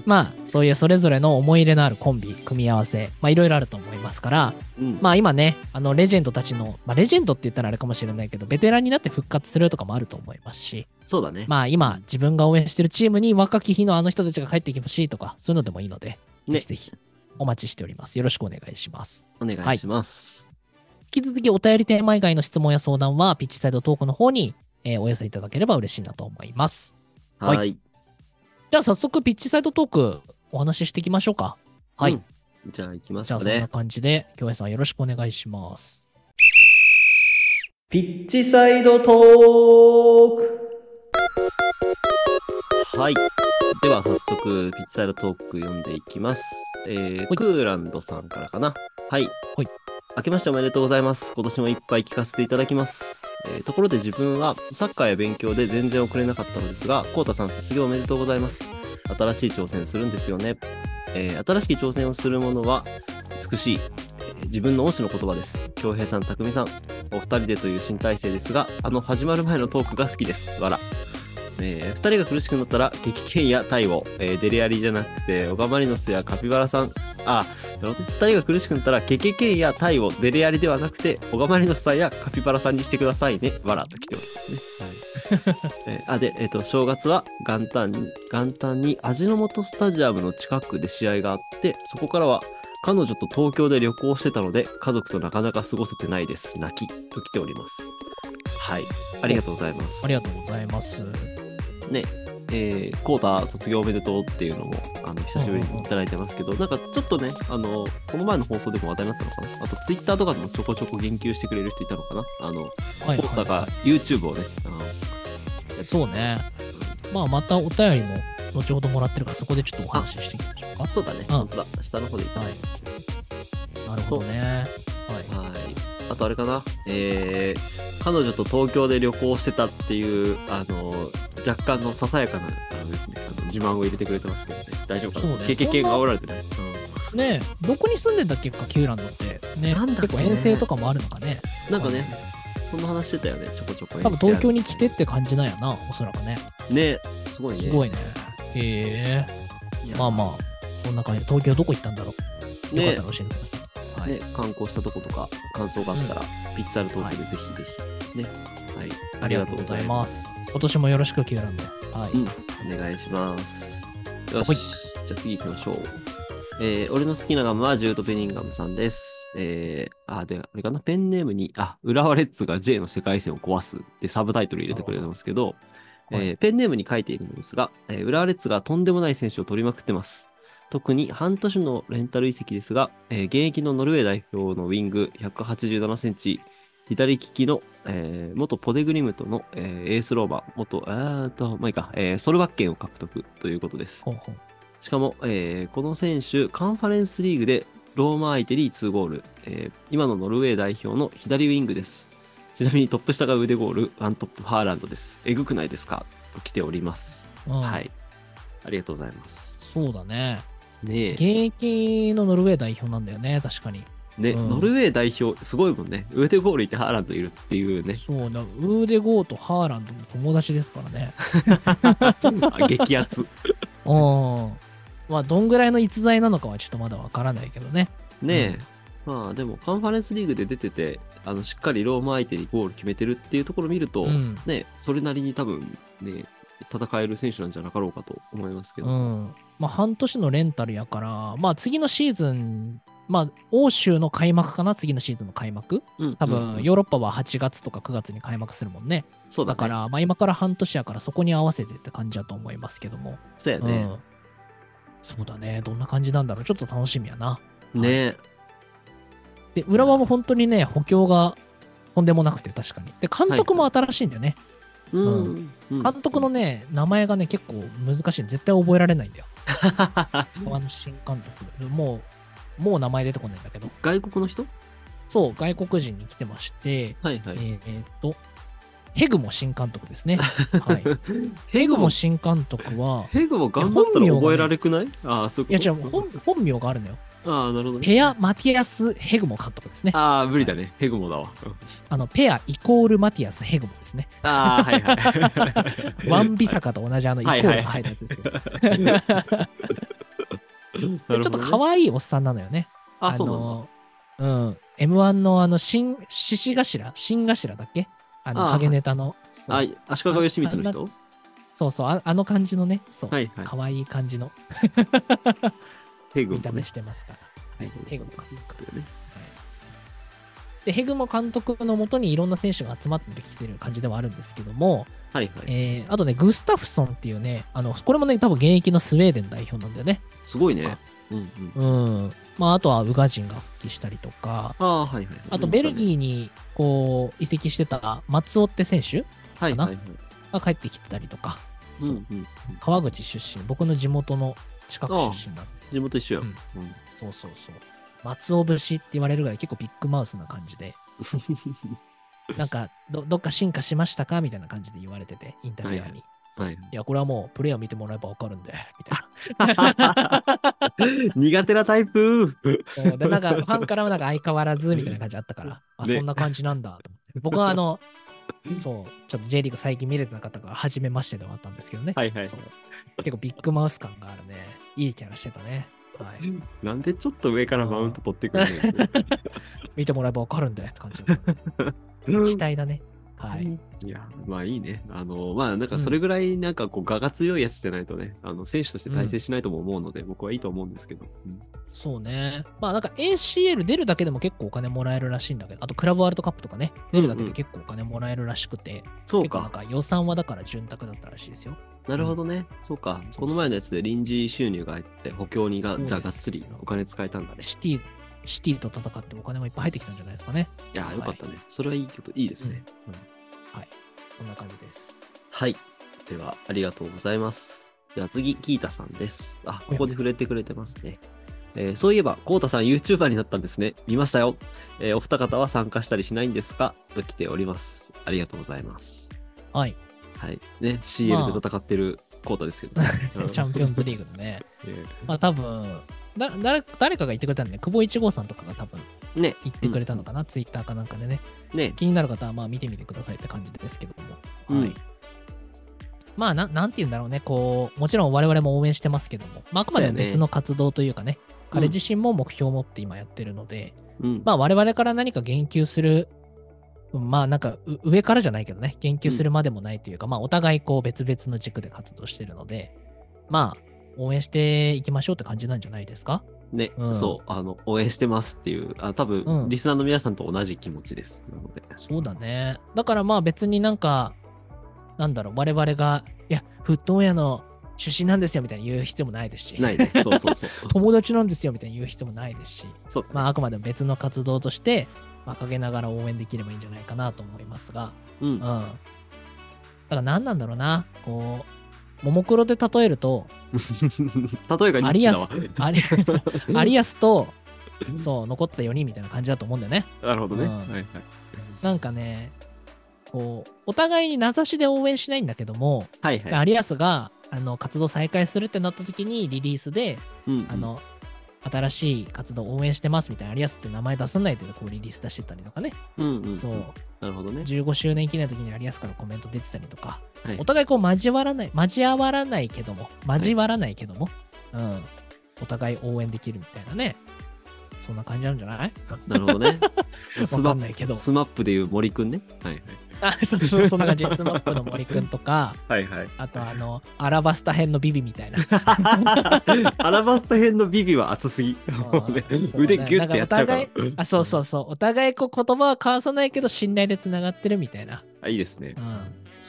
Speaker 1: まあ、そういうそれぞれの思い入れのあるコンビ、組み合わせ、まあ、いろいろあると思いますから、
Speaker 2: うん
Speaker 1: まあ今ね、あの、レジェンドたちの、まあ、レジェンドって言ったらあれかもしれないけど、ベテランになって復活するとかもあると思いますし、
Speaker 2: そうだね。
Speaker 1: まあ今、自分が応援してるチームに若き日のあの人たちが帰ってきてほしいとか、そういうのでもいいので、ぜ
Speaker 2: ね
Speaker 1: ひぜひお待ちしております。よろしくお願いします。
Speaker 2: お願いします。
Speaker 1: 引き続きお便りテーマ以外の質問や相談は、ピッチサイドトークの方に、えーお寄せいただければ嬉しいなと思います。はい
Speaker 2: はい。
Speaker 1: じゃあ早速、ピッチサイドトーク、お話ししていきましょうか。はい。
Speaker 2: うん。じゃあ行きます
Speaker 1: じゃあ
Speaker 2: か
Speaker 1: そんな
Speaker 2: ね。
Speaker 1: 感じで、京平さんよろしくお願いします。
Speaker 3: ピッチサイドトーク
Speaker 2: はい。では早速、ピッチサイドトーク読んでいきます。えー
Speaker 1: ほい
Speaker 2: クーランドさんからかな。はい。
Speaker 1: ほい
Speaker 2: 明けましておめでとうございます。今年もいっぱい聞かせていただきます。えーところで自分はサッカーや勉強で全然遅れなかったのですが、コウタさん卒業おめでとうございます。新しい挑戦するんですよね。えー新しき挑戦をするものは美しい。えー自分の恩師の言葉です。恭平さん、匠さん、お二人でという新体制ですが、あの始まる前のトークが好きです。わら。えー、2人が苦しくなったら、激剣やタイを、えーデリアリじゃなくて、オガマリノスやカピバラさん、あ、なるほど2人が苦しくなったら、ケケケやタイをデレアリではなくて、小川マリノスさんやカピバラさんにしてくださいね。わらと来ておりますね。はいえーあ、で、えっ、と、正月は元旦に、元旦に味の素スタジアムの近くで試合があって、そこからは彼女と東京で旅行してたので、家族となかなか過ごせてないです。泣きと来ております。はい。ありがとうございます。
Speaker 1: ありがとうございます。
Speaker 2: ね、えー、コータ卒業おめでとうっていうのも、あの、久しぶりにいただいてますけど、なんかちょっとね、あの、この前の放送でも話題になったのかな。あと、ツイッターとかでもちょこちょこ言及してくれる人いたのかな。あの、
Speaker 1: はい、
Speaker 2: コータが
Speaker 1: は
Speaker 2: YouTube をね、あの
Speaker 1: いそうね。まあ、またお便りも後ほどもらってるから、そこでちょっとお話ししていきましょうか。
Speaker 2: そうだね、
Speaker 1: うん
Speaker 2: 本当だ、下の方でいただいてますね。
Speaker 1: なるほどね。はい。
Speaker 2: はい。あとあれかな、えー、彼女と東京で旅行してたっていう、あの、若干のささやかな、あのですね、あの自慢を入れてくれてますけどね、大丈夫か
Speaker 1: そ
Speaker 2: な
Speaker 1: うね。
Speaker 2: 経験
Speaker 1: そんな
Speaker 2: 煽られてない。うん
Speaker 1: ねえどこに住んでんだっけか、キューランドって。ね
Speaker 2: なんだっけね
Speaker 1: 結構遠征とかもあるのかね。
Speaker 2: なんかね、そんな話してたよね、ちょこちょこ。
Speaker 1: 多分東京に来てって感じなんやな、おそらくね。
Speaker 2: ね、すごいね。
Speaker 1: すごいね。へえ
Speaker 2: いや
Speaker 1: まあまあ、そんな感じで、東京どこ行ったんだろう。よかっ
Speaker 2: ね
Speaker 1: たら教えてください。はい。
Speaker 2: ね、観光したとことか、感想があったら、ピッツァルトークでぜひぜひ。ね。はい。ありがとうございます。
Speaker 1: 今年もよろしく、キューランド。はい。
Speaker 2: うんお願いします。よ
Speaker 1: ほ
Speaker 2: し
Speaker 1: い。
Speaker 2: じゃあ次行きましょう。えー俺の好きなガムはジュート・ベニンガムさんです。えー、あ、で、あれかな、ペンネームに、あ、浦和レッズが J の世界線を壊すってサブタイトル入れてくれてますけど、えーペンネームに書いているのですが、えー浦和レッズがとんでもない選手を取りまくってます。特に半年のレンタル移籍ですが、えー現役のノルウェー代表のウィング187センチ、左利きの、えー元ポデグリムトの、えーエースローバー、元、あーっと、まあ、いいか、えーソルバッケンを獲得ということです。
Speaker 1: ほうほう
Speaker 2: しかも、えーこの選手、カンファレンスリーグでローマ相手に2ゴール、えー今のノルウェー代表の左ウィングです。ちなみにトップ下が腕ゴール、ワントップハーランドです。えぐくないですかと来ております。
Speaker 1: うん
Speaker 2: はい。ありがとうございます。
Speaker 1: そうだね。
Speaker 2: ね
Speaker 1: 現
Speaker 2: え、
Speaker 1: 役のノルウェー代表なんだよね、確かに。
Speaker 2: ね、
Speaker 1: うん。
Speaker 2: ノルウェー代表、すごいもんね。腕ゴールいてハーランドいるっていう
Speaker 1: (laughs)
Speaker 2: ね
Speaker 1: そうだ、ウーデゴーとハーランドの友達ですから
Speaker 2: (laughs)
Speaker 1: ね。
Speaker 2: あ激アツ。
Speaker 1: うん。まあ、どんぐらいの逸材なのかはちょっとまだわからないけどね。
Speaker 2: ねえ、まあでも、カンファレンスリーグで出てて、あのしっかりローマ相手にゴール決めてるっていうところを見ると、
Speaker 1: うん。
Speaker 2: ね、それなりに多分ね、戦える選手なんじゃなかろうかと思いますけ
Speaker 1: う
Speaker 2: ど。
Speaker 1: ん。まあ、半年のレンタルやから、まあ、次のシーズン、まあ、欧州の開幕かな、次のシーズンの開幕。
Speaker 2: うん、
Speaker 1: 多
Speaker 2: うんう
Speaker 1: 分、
Speaker 2: ん
Speaker 1: ヨーロッパは8月とか9月に開幕するもんね。
Speaker 2: そうだ,、
Speaker 1: だ
Speaker 2: ね、
Speaker 1: から、まあ、今から半年やから、そこに合わせてって感じだと思いますけども。
Speaker 2: そうや
Speaker 1: う
Speaker 2: ね。
Speaker 1: ん。そうだね。どんな感じなんだろう。ちょっと楽しみやな。
Speaker 2: ね
Speaker 1: で、浦和は本当にね、補強がとんでもなくて、確かに。で、監督も新しいんだよね。
Speaker 2: うん、うん
Speaker 1: 監督の。ね、名前がね、結構難しい。絶対覚えられないん
Speaker 2: (laughs)
Speaker 1: だよ。川の新監督。もう、もう名前出てこないんだけど。
Speaker 2: 外国の人
Speaker 1: そう、外国人に来てまして、
Speaker 2: はいはい。
Speaker 1: えーえーっと、ヘグも新監督ですね。
Speaker 2: (laughs)
Speaker 1: はい、ヘ
Speaker 2: ヘ
Speaker 1: グ
Speaker 2: グ
Speaker 1: も
Speaker 2: も、
Speaker 1: 新監督は、
Speaker 2: ヘグも頑張った
Speaker 1: い
Speaker 2: ら
Speaker 1: や本名がね
Speaker 2: 覚えられくないああ、そう
Speaker 1: い
Speaker 2: い
Speaker 1: や
Speaker 2: うこと
Speaker 1: 違う、本本名があるのよ。
Speaker 2: ああ、なるほどね。
Speaker 1: ペア・マティアス・ヘグモ監督ですね。
Speaker 2: ああ、無理だね。ヘグも
Speaker 1: (laughs)
Speaker 2: だわ。うん
Speaker 1: あの、ペアイコールマティアス・ヘグモですね。
Speaker 2: ああ、はいはい。
Speaker 1: (laughs) ワ
Speaker 2: (laughs)
Speaker 1: ンビサカと同じあのイコールが入るやつですけど。
Speaker 2: なるほどね
Speaker 1: ちょっと可愛いおっさんなのよね。
Speaker 2: あ、そうなんだ。
Speaker 1: あのうん。M1 のあの、新、獅子頭新頭だっけあの、
Speaker 2: あー
Speaker 1: ハゲネタの。そう
Speaker 2: あ、足利義満の人
Speaker 1: そうそうあ、あの感じのね、そう。
Speaker 2: はいはい。
Speaker 1: 可愛い感じの
Speaker 2: ヘグ
Speaker 1: 見
Speaker 2: も
Speaker 1: た
Speaker 2: ね
Speaker 1: 目。してますから。
Speaker 2: はい
Speaker 1: ヘグモ監督。
Speaker 2: だよね
Speaker 1: で、ヘグモ監督のもとにいろんな選手が集まってきてる感じではあるんですけども、
Speaker 2: はいはい。
Speaker 1: えーあとね、グスタフソンっていうね、あの、これもね、多分現役のスウェーデン代表なんだよね。
Speaker 2: すごいね。うんうん。
Speaker 1: うん。まあ、あとはウガジンが復帰したりとか、
Speaker 2: ああ、はいはい。
Speaker 1: あとベル
Speaker 2: ー
Speaker 1: ギーにこう移籍してた松尾って選手
Speaker 2: はいはいはい。
Speaker 1: が帰ってきてたりとか、
Speaker 2: う
Speaker 1: そうん
Speaker 2: うん。
Speaker 1: 川口出身、僕の地元の近く出身なんですよ。
Speaker 2: 地元一緒や。
Speaker 1: うん
Speaker 2: うん
Speaker 1: そうそうそう。松尾節って言われるぐらい結構ビッグマウスな感じで、なんかどどっか進化しましたかみたいな感じで言われてて、インタビュアーに。 (laughs)
Speaker 2: はい。 (laughs)
Speaker 1: いや、これはもうプレイを見てもらえばわかるんで、みたいな。
Speaker 2: 苦手なタイプ。 (laughs)
Speaker 1: そうでなんか、ファンからもなんか相変わらずみたいな感じあったから、あ、
Speaker 2: ね
Speaker 1: そんな感じなんだと思って。僕はあ
Speaker 2: (laughs)
Speaker 1: の、そう、ちょっと J リーグ最近見れてなかったから、初めましてではあったんですけどね。
Speaker 2: はいはい
Speaker 1: そう結構ビッグマウス感があるね。いいキャラしてたね。はい。
Speaker 2: なんでちょっと上からマウント取ってくる
Speaker 1: (laughs) 見てもらえばわかるんだよって感じだった。
Speaker 2: の
Speaker 1: 期待だね。はい。
Speaker 2: いや、まあいいね。あの、まあなんかそれぐらいなんかこう、我が強いやつじゃないとね、あの、選手として対戦しないとも思うので、僕はいいと思うんですけど。うん
Speaker 1: そうね。まあなんか ACL 出るだけでも結構お金もらえるらしいんだけど、あとクラブワールドカップとかね、出るだけで結構お金もらえるらしくて、
Speaker 2: そう
Speaker 1: 結構なん
Speaker 2: か。
Speaker 1: か予算はだから潤沢だったらしいですよ。
Speaker 2: なるほどね。そうか。この前のやつで臨時収入が入って、補強にが、じゃあがっつりお金使えたんだね。
Speaker 1: シティ、シティと戦ってお金もいっぱい入ってきたんじゃないですかね。
Speaker 2: いや、よかったね。それはいいこと、いいですね。
Speaker 1: はい。そんな感じです。
Speaker 2: はい。では、ありがとうございます。では次、キータさんです。あ、ここで触れてくれてますね。えーそういえば、コウタさん YouTuber になったんですね。見ましたよ。えーお二方は参加したりしないんですかと来ております。ありがとうございます。
Speaker 1: はい。
Speaker 2: はい。ね、CL で戦ってるコウタですけど。う
Speaker 1: (laughs)
Speaker 2: ん
Speaker 1: チャンピオンズリーグの
Speaker 2: (laughs)
Speaker 1: ね。
Speaker 2: え
Speaker 1: まあ多分だ誰、誰かが言ってくれたんで、久保一号さんとかが多分
Speaker 2: ーね。
Speaker 1: 言ってくれたのかな、ツイッターかなんかでね。
Speaker 2: ね。
Speaker 1: 気になる方はまあ見てみてくださいって感じですけど
Speaker 2: う
Speaker 1: も。
Speaker 2: ん
Speaker 1: はい。まあな、なんて言うんだろうね、こう、もちろん我々も応援してますけども、まあ、あくまでも
Speaker 2: そうやね
Speaker 1: 別の活動というかね、彼
Speaker 2: うん
Speaker 1: 自身も目標を持って今やってるので、
Speaker 2: うん。
Speaker 1: まあ我々から何か言及する、まあなんかう上からじゃないけどね、言及するまでもないというか、まあお互いこう別々の軸で活動してるので、まあ応援していきましょうって感じなんじゃないですか
Speaker 2: ね、
Speaker 1: うん
Speaker 2: そう、あの、応援してますっていう、あ多分、
Speaker 1: うん
Speaker 2: リスナ
Speaker 1: (laughs)
Speaker 2: ーの皆さんと同じ気持ちです。なので。
Speaker 1: そうだね。だからまあ別になんか、なんだろう、我々が、いや、フットウェアの出身なんですよみたいに言う必要もないですし、
Speaker 2: ないね。そうそうそう。
Speaker 1: 友達なんですよみたいに言う必要もないですし、
Speaker 2: そう
Speaker 1: まあ、あくまでも別の活動として、まあ、陰ながら応援できればいいんじゃないかなと思いますが、
Speaker 2: う
Speaker 1: うん。
Speaker 2: ん
Speaker 1: だ。から何なんだろうな、こう、ももクロで例えると、
Speaker 2: 例えばニ
Speaker 1: ア
Speaker 2: ッチ
Speaker 1: リア
Speaker 2: だ
Speaker 1: ス
Speaker 2: わ。、
Speaker 1: アリ
Speaker 2: (laughs)
Speaker 1: アリアスと、そう、残った4人みたいな感じだと思うんだよね。
Speaker 2: なるほどね。
Speaker 1: うん
Speaker 2: はいはい。
Speaker 1: なんかね、こう、お互いに名指しで応援しないんだけども、
Speaker 2: はいはい。
Speaker 1: アリアスが、あの、活動再開するってなった時に、リリースで、
Speaker 2: うんうん
Speaker 1: あの、新しい活動応援してますみたいな、アリアスって名前出さないで、こう、リリース出してたりとかね。
Speaker 2: うんうん、
Speaker 1: そう。
Speaker 2: なるほどね。
Speaker 1: 15周年記念の時にアリアスからコメント出てたりとか、
Speaker 2: はい
Speaker 1: お互いこう交わらない、交わらないけども、交わらないけども、うん。お互い応援できるみたいなね。そんな感じなんじゃ
Speaker 2: (laughs)
Speaker 1: ない。
Speaker 2: なるほどね
Speaker 1: (laughs) わ
Speaker 2: ス
Speaker 1: か
Speaker 2: マ
Speaker 1: んないけど。
Speaker 2: スマップでいう森くんね。はい
Speaker 1: あそうそうそんな感じ。スマップの森くんとか、
Speaker 2: は
Speaker 1: (laughs)
Speaker 2: い。はい
Speaker 1: あとあの、アラバスタ編のビビみたいな。
Speaker 2: はい。アラバスタ編のビビは熱すぎ。 (laughs) もうね
Speaker 1: そうね
Speaker 2: 腕ギュッてやっちゃうから
Speaker 1: なんかおあ、そうそうそう。お互いこう言葉は交わさないけど、信頼でつながってるみたいな。
Speaker 2: あいいですね
Speaker 1: う。ん。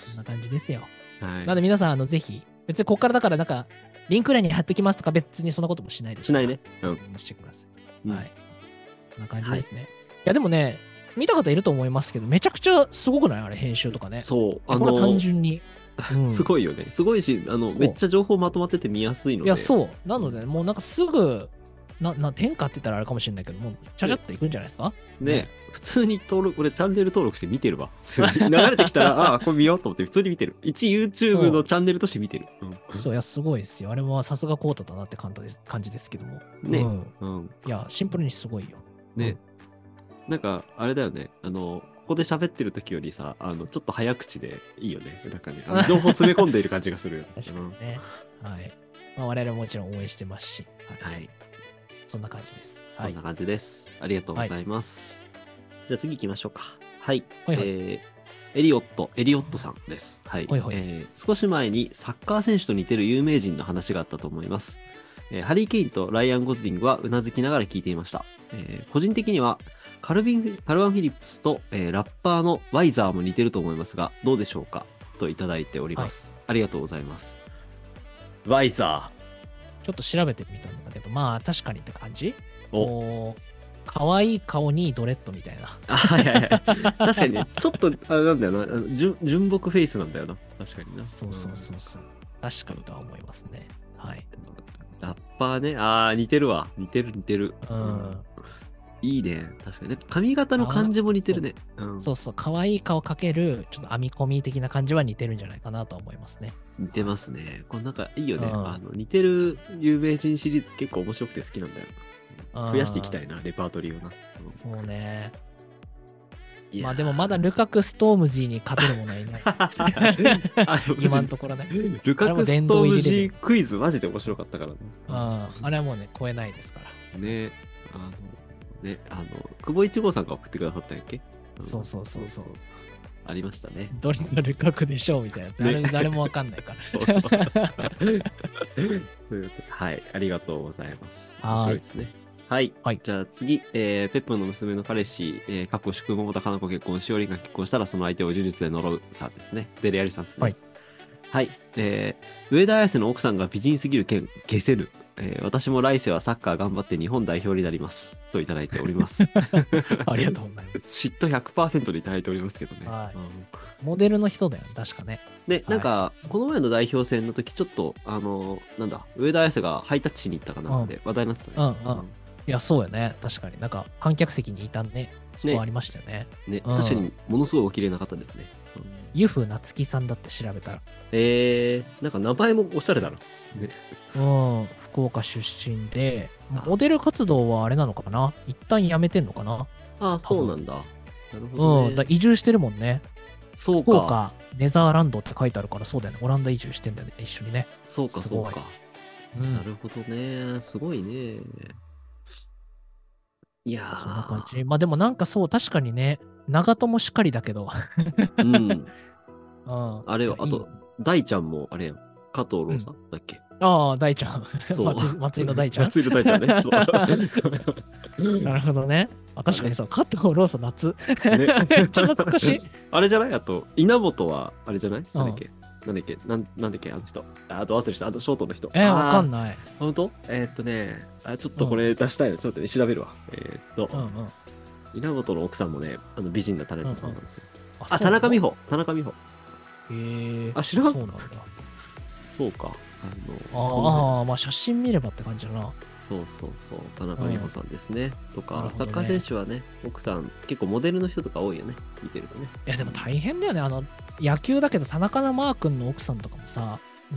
Speaker 1: そんな感じですよ。
Speaker 2: は
Speaker 1: な
Speaker 2: い。
Speaker 1: ので皆さん、あの、ぜひ、別にここからだから、なんか、リンク欄に貼っときますとか、別にそんなこともしないです。
Speaker 2: しないね。うん。
Speaker 1: してください。
Speaker 2: うん
Speaker 1: はい。こんな感じですね。い、や、でもね、見た方いると思いますけど、めちゃくちゃすごくないあれ、編集とかね。
Speaker 2: そう。あ
Speaker 1: これは単
Speaker 2: の、
Speaker 1: 純
Speaker 2: (laughs)
Speaker 1: に。うん
Speaker 2: すごいよね。すごいし、あの、
Speaker 1: そう
Speaker 2: めっちゃ情報まとまってて見やすい
Speaker 1: い
Speaker 2: ので。
Speaker 1: や、そう。なので、もうなんかすぐ、な、な、天下って言ったらあれかもしれないけど、もう、ちゃちゃっといくんじゃないですか
Speaker 2: ね。普通に登録、俺チャンネル登録して見てるわ。普通に流れてきた
Speaker 1: (laughs)
Speaker 2: ら、ああ、これ見ようと思って普通に見てる。一 YouTube のチャンネルとして見てる。
Speaker 1: そう、いや、すごいですよ。あれはさすがコータだなって感じです感じですけども。
Speaker 2: うんね。
Speaker 1: うん
Speaker 2: うん。
Speaker 1: いや、シンプルにすごいよ。
Speaker 2: ね、なんかあれだよねあのここで喋ってる時よりさあのちょっと早口でいいよねなんかね
Speaker 1: (laughs)
Speaker 2: あの情報詰め込んでいる感じがする
Speaker 1: 確か
Speaker 2: う
Speaker 1: に
Speaker 2: ん
Speaker 1: ね。はい。まあ、我々ももちろん応援してますし、はい。
Speaker 2: はい
Speaker 1: そんな感じです。は
Speaker 2: そ
Speaker 1: い
Speaker 2: んな。感じです、ありがとうございます、じゃあ次行きましょうかはい、
Speaker 1: はいはい
Speaker 2: えーエリオットエリオットさんですはい、
Speaker 1: はいはい
Speaker 2: えー少し前にサッカー選手と似てる有名人の話があったと思いますえーハリー・ケインとライアン・ゴズリングはうなずきながら聞いていました。えー個人的にはカルビン、カルバン・フィリップスと、えーラッパーのワイザーも似てると思いますが、どうでしょうかといただいております。ありがとうございます。ワイザ
Speaker 1: ちょっと調べてみたんだけど、まあ、確かにって感じ
Speaker 2: ーを。
Speaker 1: こう、可愛い顔にドレッドみたいな。
Speaker 2: あはいはいはい。確かにね、ちょっと、あれなんだよなあの、純純木フェイスなんだよな。確かにな。
Speaker 1: そうそうそうそう。確かにとは思いますね。はい。
Speaker 2: うん。ラッパーね、あー似てるわ。似てる似てる。
Speaker 1: うん。
Speaker 2: いいね。確かにね。髪型の感じも似てるね。うん
Speaker 1: そうそう、可愛い顔かける、ちょっと編み込み的な感じは似てるんじゃないかなとは思いますね。
Speaker 2: 似てますね。これなんかいいよね。
Speaker 1: うん
Speaker 2: あの似てる有名人シリーズ結構面白くて好きなんだよ
Speaker 1: う
Speaker 2: な。
Speaker 1: ん
Speaker 2: 増やしていきたいな、レパートリーをな。
Speaker 1: そうね。
Speaker 2: いやー。
Speaker 1: まあでもまだルカク・ストームジーに勝てるものはいない
Speaker 2: (laughs) あで
Speaker 1: (laughs)
Speaker 2: も
Speaker 1: 今のところね。
Speaker 2: ルカクストームジークイズマジで面白かったからね。
Speaker 1: うん。あれはもうね、超えないですから。
Speaker 2: ねあの、ね、あの、久保一号さんが送ってくださったんやっけ、ん
Speaker 1: そうそうそうそう。
Speaker 2: ありましたね。
Speaker 1: どれがルカクでしょうみたいな。誰
Speaker 2: ね
Speaker 1: 誰もわかんないから。
Speaker 2: そうそう。ということではい、ありがとうございます。
Speaker 1: はーい
Speaker 2: 面白いですね。はい、
Speaker 1: (laughs) はい
Speaker 2: じゃあ次、えーペップの娘の彼氏、えー、かっこ宿桃田かな子結婚、しおりんが結婚したらその相手を呪術で呪うさんですね。デレアリさんですね。
Speaker 1: はい。
Speaker 2: はい、えー、上田綾瀬の奥さんが美人すぎる件、消せる。えー私も来世はサッカー頑張って日本代表になります。といただいております。
Speaker 1: (laughs) ありがとうございます。
Speaker 2: 嫉妬100%でいただいておりますけどね。
Speaker 1: はい
Speaker 2: うん
Speaker 1: モデルの人だよね、確かね。
Speaker 2: で、なんか、この前の代表戦の時、ちょっと、あの、なんだ、上田綺世がハイタッチしに行ったかなって話題になってたね。
Speaker 1: うんうんいや、そうよね。確かに。なんか、観客席にいたね。そこありましたよね。
Speaker 2: ね、
Speaker 1: うん
Speaker 2: 確かに、ものすごいお綺麗な方ですね。うん
Speaker 1: ユフなつきさんだって調べたら。
Speaker 2: えー、なんか名前もおしゃれだな。ね、
Speaker 1: うん。福岡出身で、モデル活動はあれなのかな一旦やめてんのかな
Speaker 2: ああ、そうなんだ。なるほ
Speaker 1: う
Speaker 2: ど、
Speaker 1: ん。
Speaker 2: ね。
Speaker 1: だ移住してるもんね。
Speaker 2: そう
Speaker 1: 福
Speaker 2: か。
Speaker 1: 岡、ネザーランドって書いてあるから、そうだよね。オランダ移住してんだよね、一緒にね。
Speaker 2: そうか、
Speaker 1: す
Speaker 2: そ
Speaker 1: ご
Speaker 2: う
Speaker 1: い
Speaker 2: か。
Speaker 1: う。
Speaker 2: なんるほどね。すごいね。いやー
Speaker 1: そんな感じ。まあでもなんかそう、確かにね、長友しかりだけ
Speaker 2: (laughs)
Speaker 1: ど。
Speaker 2: う
Speaker 1: う
Speaker 2: ん。
Speaker 1: ん。
Speaker 2: あれよ
Speaker 1: いやいい
Speaker 2: あと大ちゃんも、あれやん。加藤ローさんだっけ、
Speaker 1: ああ、大ちゃん。
Speaker 2: そう (laughs)
Speaker 1: (laughs) 松井松井の大ちゃん。
Speaker 2: 松井の大ちゃんね。そう
Speaker 1: なるほどね。あ確かにさ、加藤ローソン夏。
Speaker 2: ね
Speaker 1: (laughs) めっちゃ懐か
Speaker 2: (laughs)
Speaker 1: しい。
Speaker 2: あれじゃないあと、稲本は、あれじゃないなんだっけなんだっけなんなんだっけあの人。ああと忘れした。あと、ショートの人。
Speaker 1: えー、わかん
Speaker 2: い。
Speaker 1: ない。
Speaker 2: 本当えーっとね、あちょっとこれ出したいの。ちょっとね、調べるわ。えーっと、
Speaker 1: うんうん。
Speaker 2: 稲本の奥さんもね、あの美人なタレントさんなんですよ。あ、
Speaker 1: そう
Speaker 2: 田中美穂。田中美穂。
Speaker 1: へー
Speaker 2: あ知らん
Speaker 1: そうなんだ。
Speaker 2: そうか。あ
Speaker 1: あ
Speaker 2: の、
Speaker 1: ーあー、まあ写真見ればって感じだな。
Speaker 2: そうそうそう、田中美穂さんですね。と
Speaker 1: な
Speaker 2: か、
Speaker 1: るほ
Speaker 2: サ
Speaker 1: ど
Speaker 2: ッ
Speaker 1: ね
Speaker 2: カー選手はね、奥さん、結構モデルの人とか多いよね、見てるとね。
Speaker 1: いやでも大変だよね。あの、野球だけど田中真君の奥さんとかもさ、ね、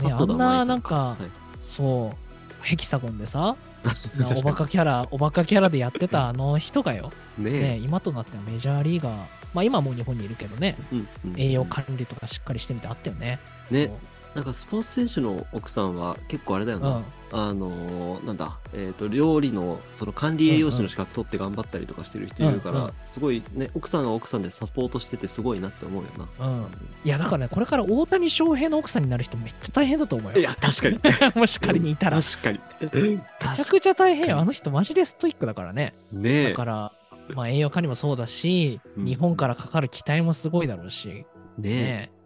Speaker 1: あ
Speaker 2: 佐藤
Speaker 1: ん
Speaker 2: だ
Speaker 1: な
Speaker 2: 舞さ
Speaker 1: なんか、
Speaker 2: はい
Speaker 1: そう、ヘキサゴンでさ、な
Speaker 2: (laughs) 確かに
Speaker 1: おバカキャラ、おバカキャラでやってたあの人がよ、ね、
Speaker 2: ね
Speaker 1: 今となってはメジャーリーガー、まあ今はもう日本にいるけどね、
Speaker 2: え。うんうん
Speaker 1: 栄養管理とかしっかりしてみてあったよね。
Speaker 2: ねなんかスポーツ選手の奥さんは結構あれだよ
Speaker 1: そう。う
Speaker 2: な、
Speaker 1: ん。
Speaker 2: あのーなんだ、えっと料理のその管理栄養士の資格取って頑張ったりとかしてる人いるから、
Speaker 1: うんうん
Speaker 2: すごいね奥さんが奥さんでサポートしててすごいなって思うよな。
Speaker 1: うん、いやだからね、これから大谷翔平の奥さんになる人めっちゃ大変だと思う
Speaker 2: い
Speaker 1: よ。
Speaker 2: や確かに
Speaker 1: (laughs) もし仮にいたら。め
Speaker 2: (laughs) 確かに確
Speaker 1: ちゃ
Speaker 2: か
Speaker 1: くちゃ大変
Speaker 2: 確か
Speaker 1: よ。
Speaker 2: に
Speaker 1: あの人マジでストイックだからね。
Speaker 2: にね
Speaker 1: だから、まあ、栄養管理もそうだし、
Speaker 2: うん
Speaker 1: 日本からかかる期待もすごいだろうし、
Speaker 2: えね
Speaker 1: ね
Speaker 2: え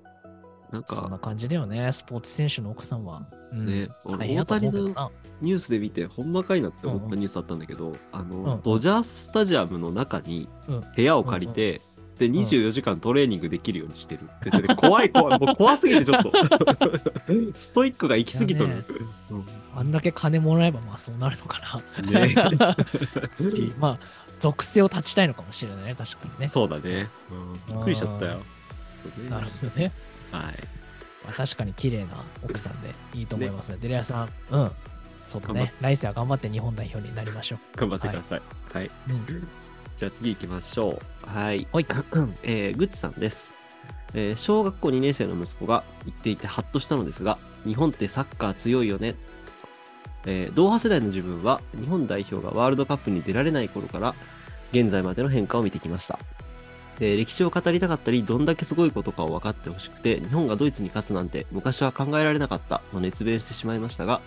Speaker 2: なん
Speaker 1: そんな
Speaker 2: か
Speaker 1: 感じだよね、スポーツ選手の奥さんは。うん
Speaker 2: ね俺
Speaker 1: 大変だと思うけどな。
Speaker 2: ニュースで見てほんまかいなって思ったニュースあったんだけど、あの、
Speaker 1: うんうん
Speaker 2: ドジャーススタジアムの中に
Speaker 1: うん
Speaker 2: 部屋を借りて、で24時間トレーニングできるようにしてるって言ってて怖い
Speaker 1: (laughs)
Speaker 2: 怖いもう怖すぎてちょっと (laughs) ストイックが行き過ぎとる、
Speaker 1: いやね
Speaker 2: うん
Speaker 1: あんだけ金もらえば、まあそうなるのか
Speaker 2: ね
Speaker 1: な。まあ、属性を断ちたいのかもしれないね、確かにね。
Speaker 2: (laughs) そうだね、うんびっくりしちゃったよ。そうね
Speaker 1: なるほどね。
Speaker 2: はい、
Speaker 1: まあ、確かに綺麗な奥さんでいいと思いますね。デレアさん、うん。そうだね。来世は頑張って日本代表になりましょ
Speaker 2: 頑張ってください。はい、
Speaker 1: う。うん。
Speaker 2: じゃあ次行きましょう。はい。 (clears throat)
Speaker 1: はい
Speaker 2: えー、グッチさんです。えー小学校2年生の息子が言っていてハッとしたのですが、日本ってサッカー強いよね。えー同派世代の自分は日本代表がワールドカップに出られない頃から現在までの変化を見てきました。えー歴史を語りたかったり、どんだけすごいことかを分かってほしくて、日本がドイツに勝つなんて昔は考えられなかったと熱弁してしまいましたが、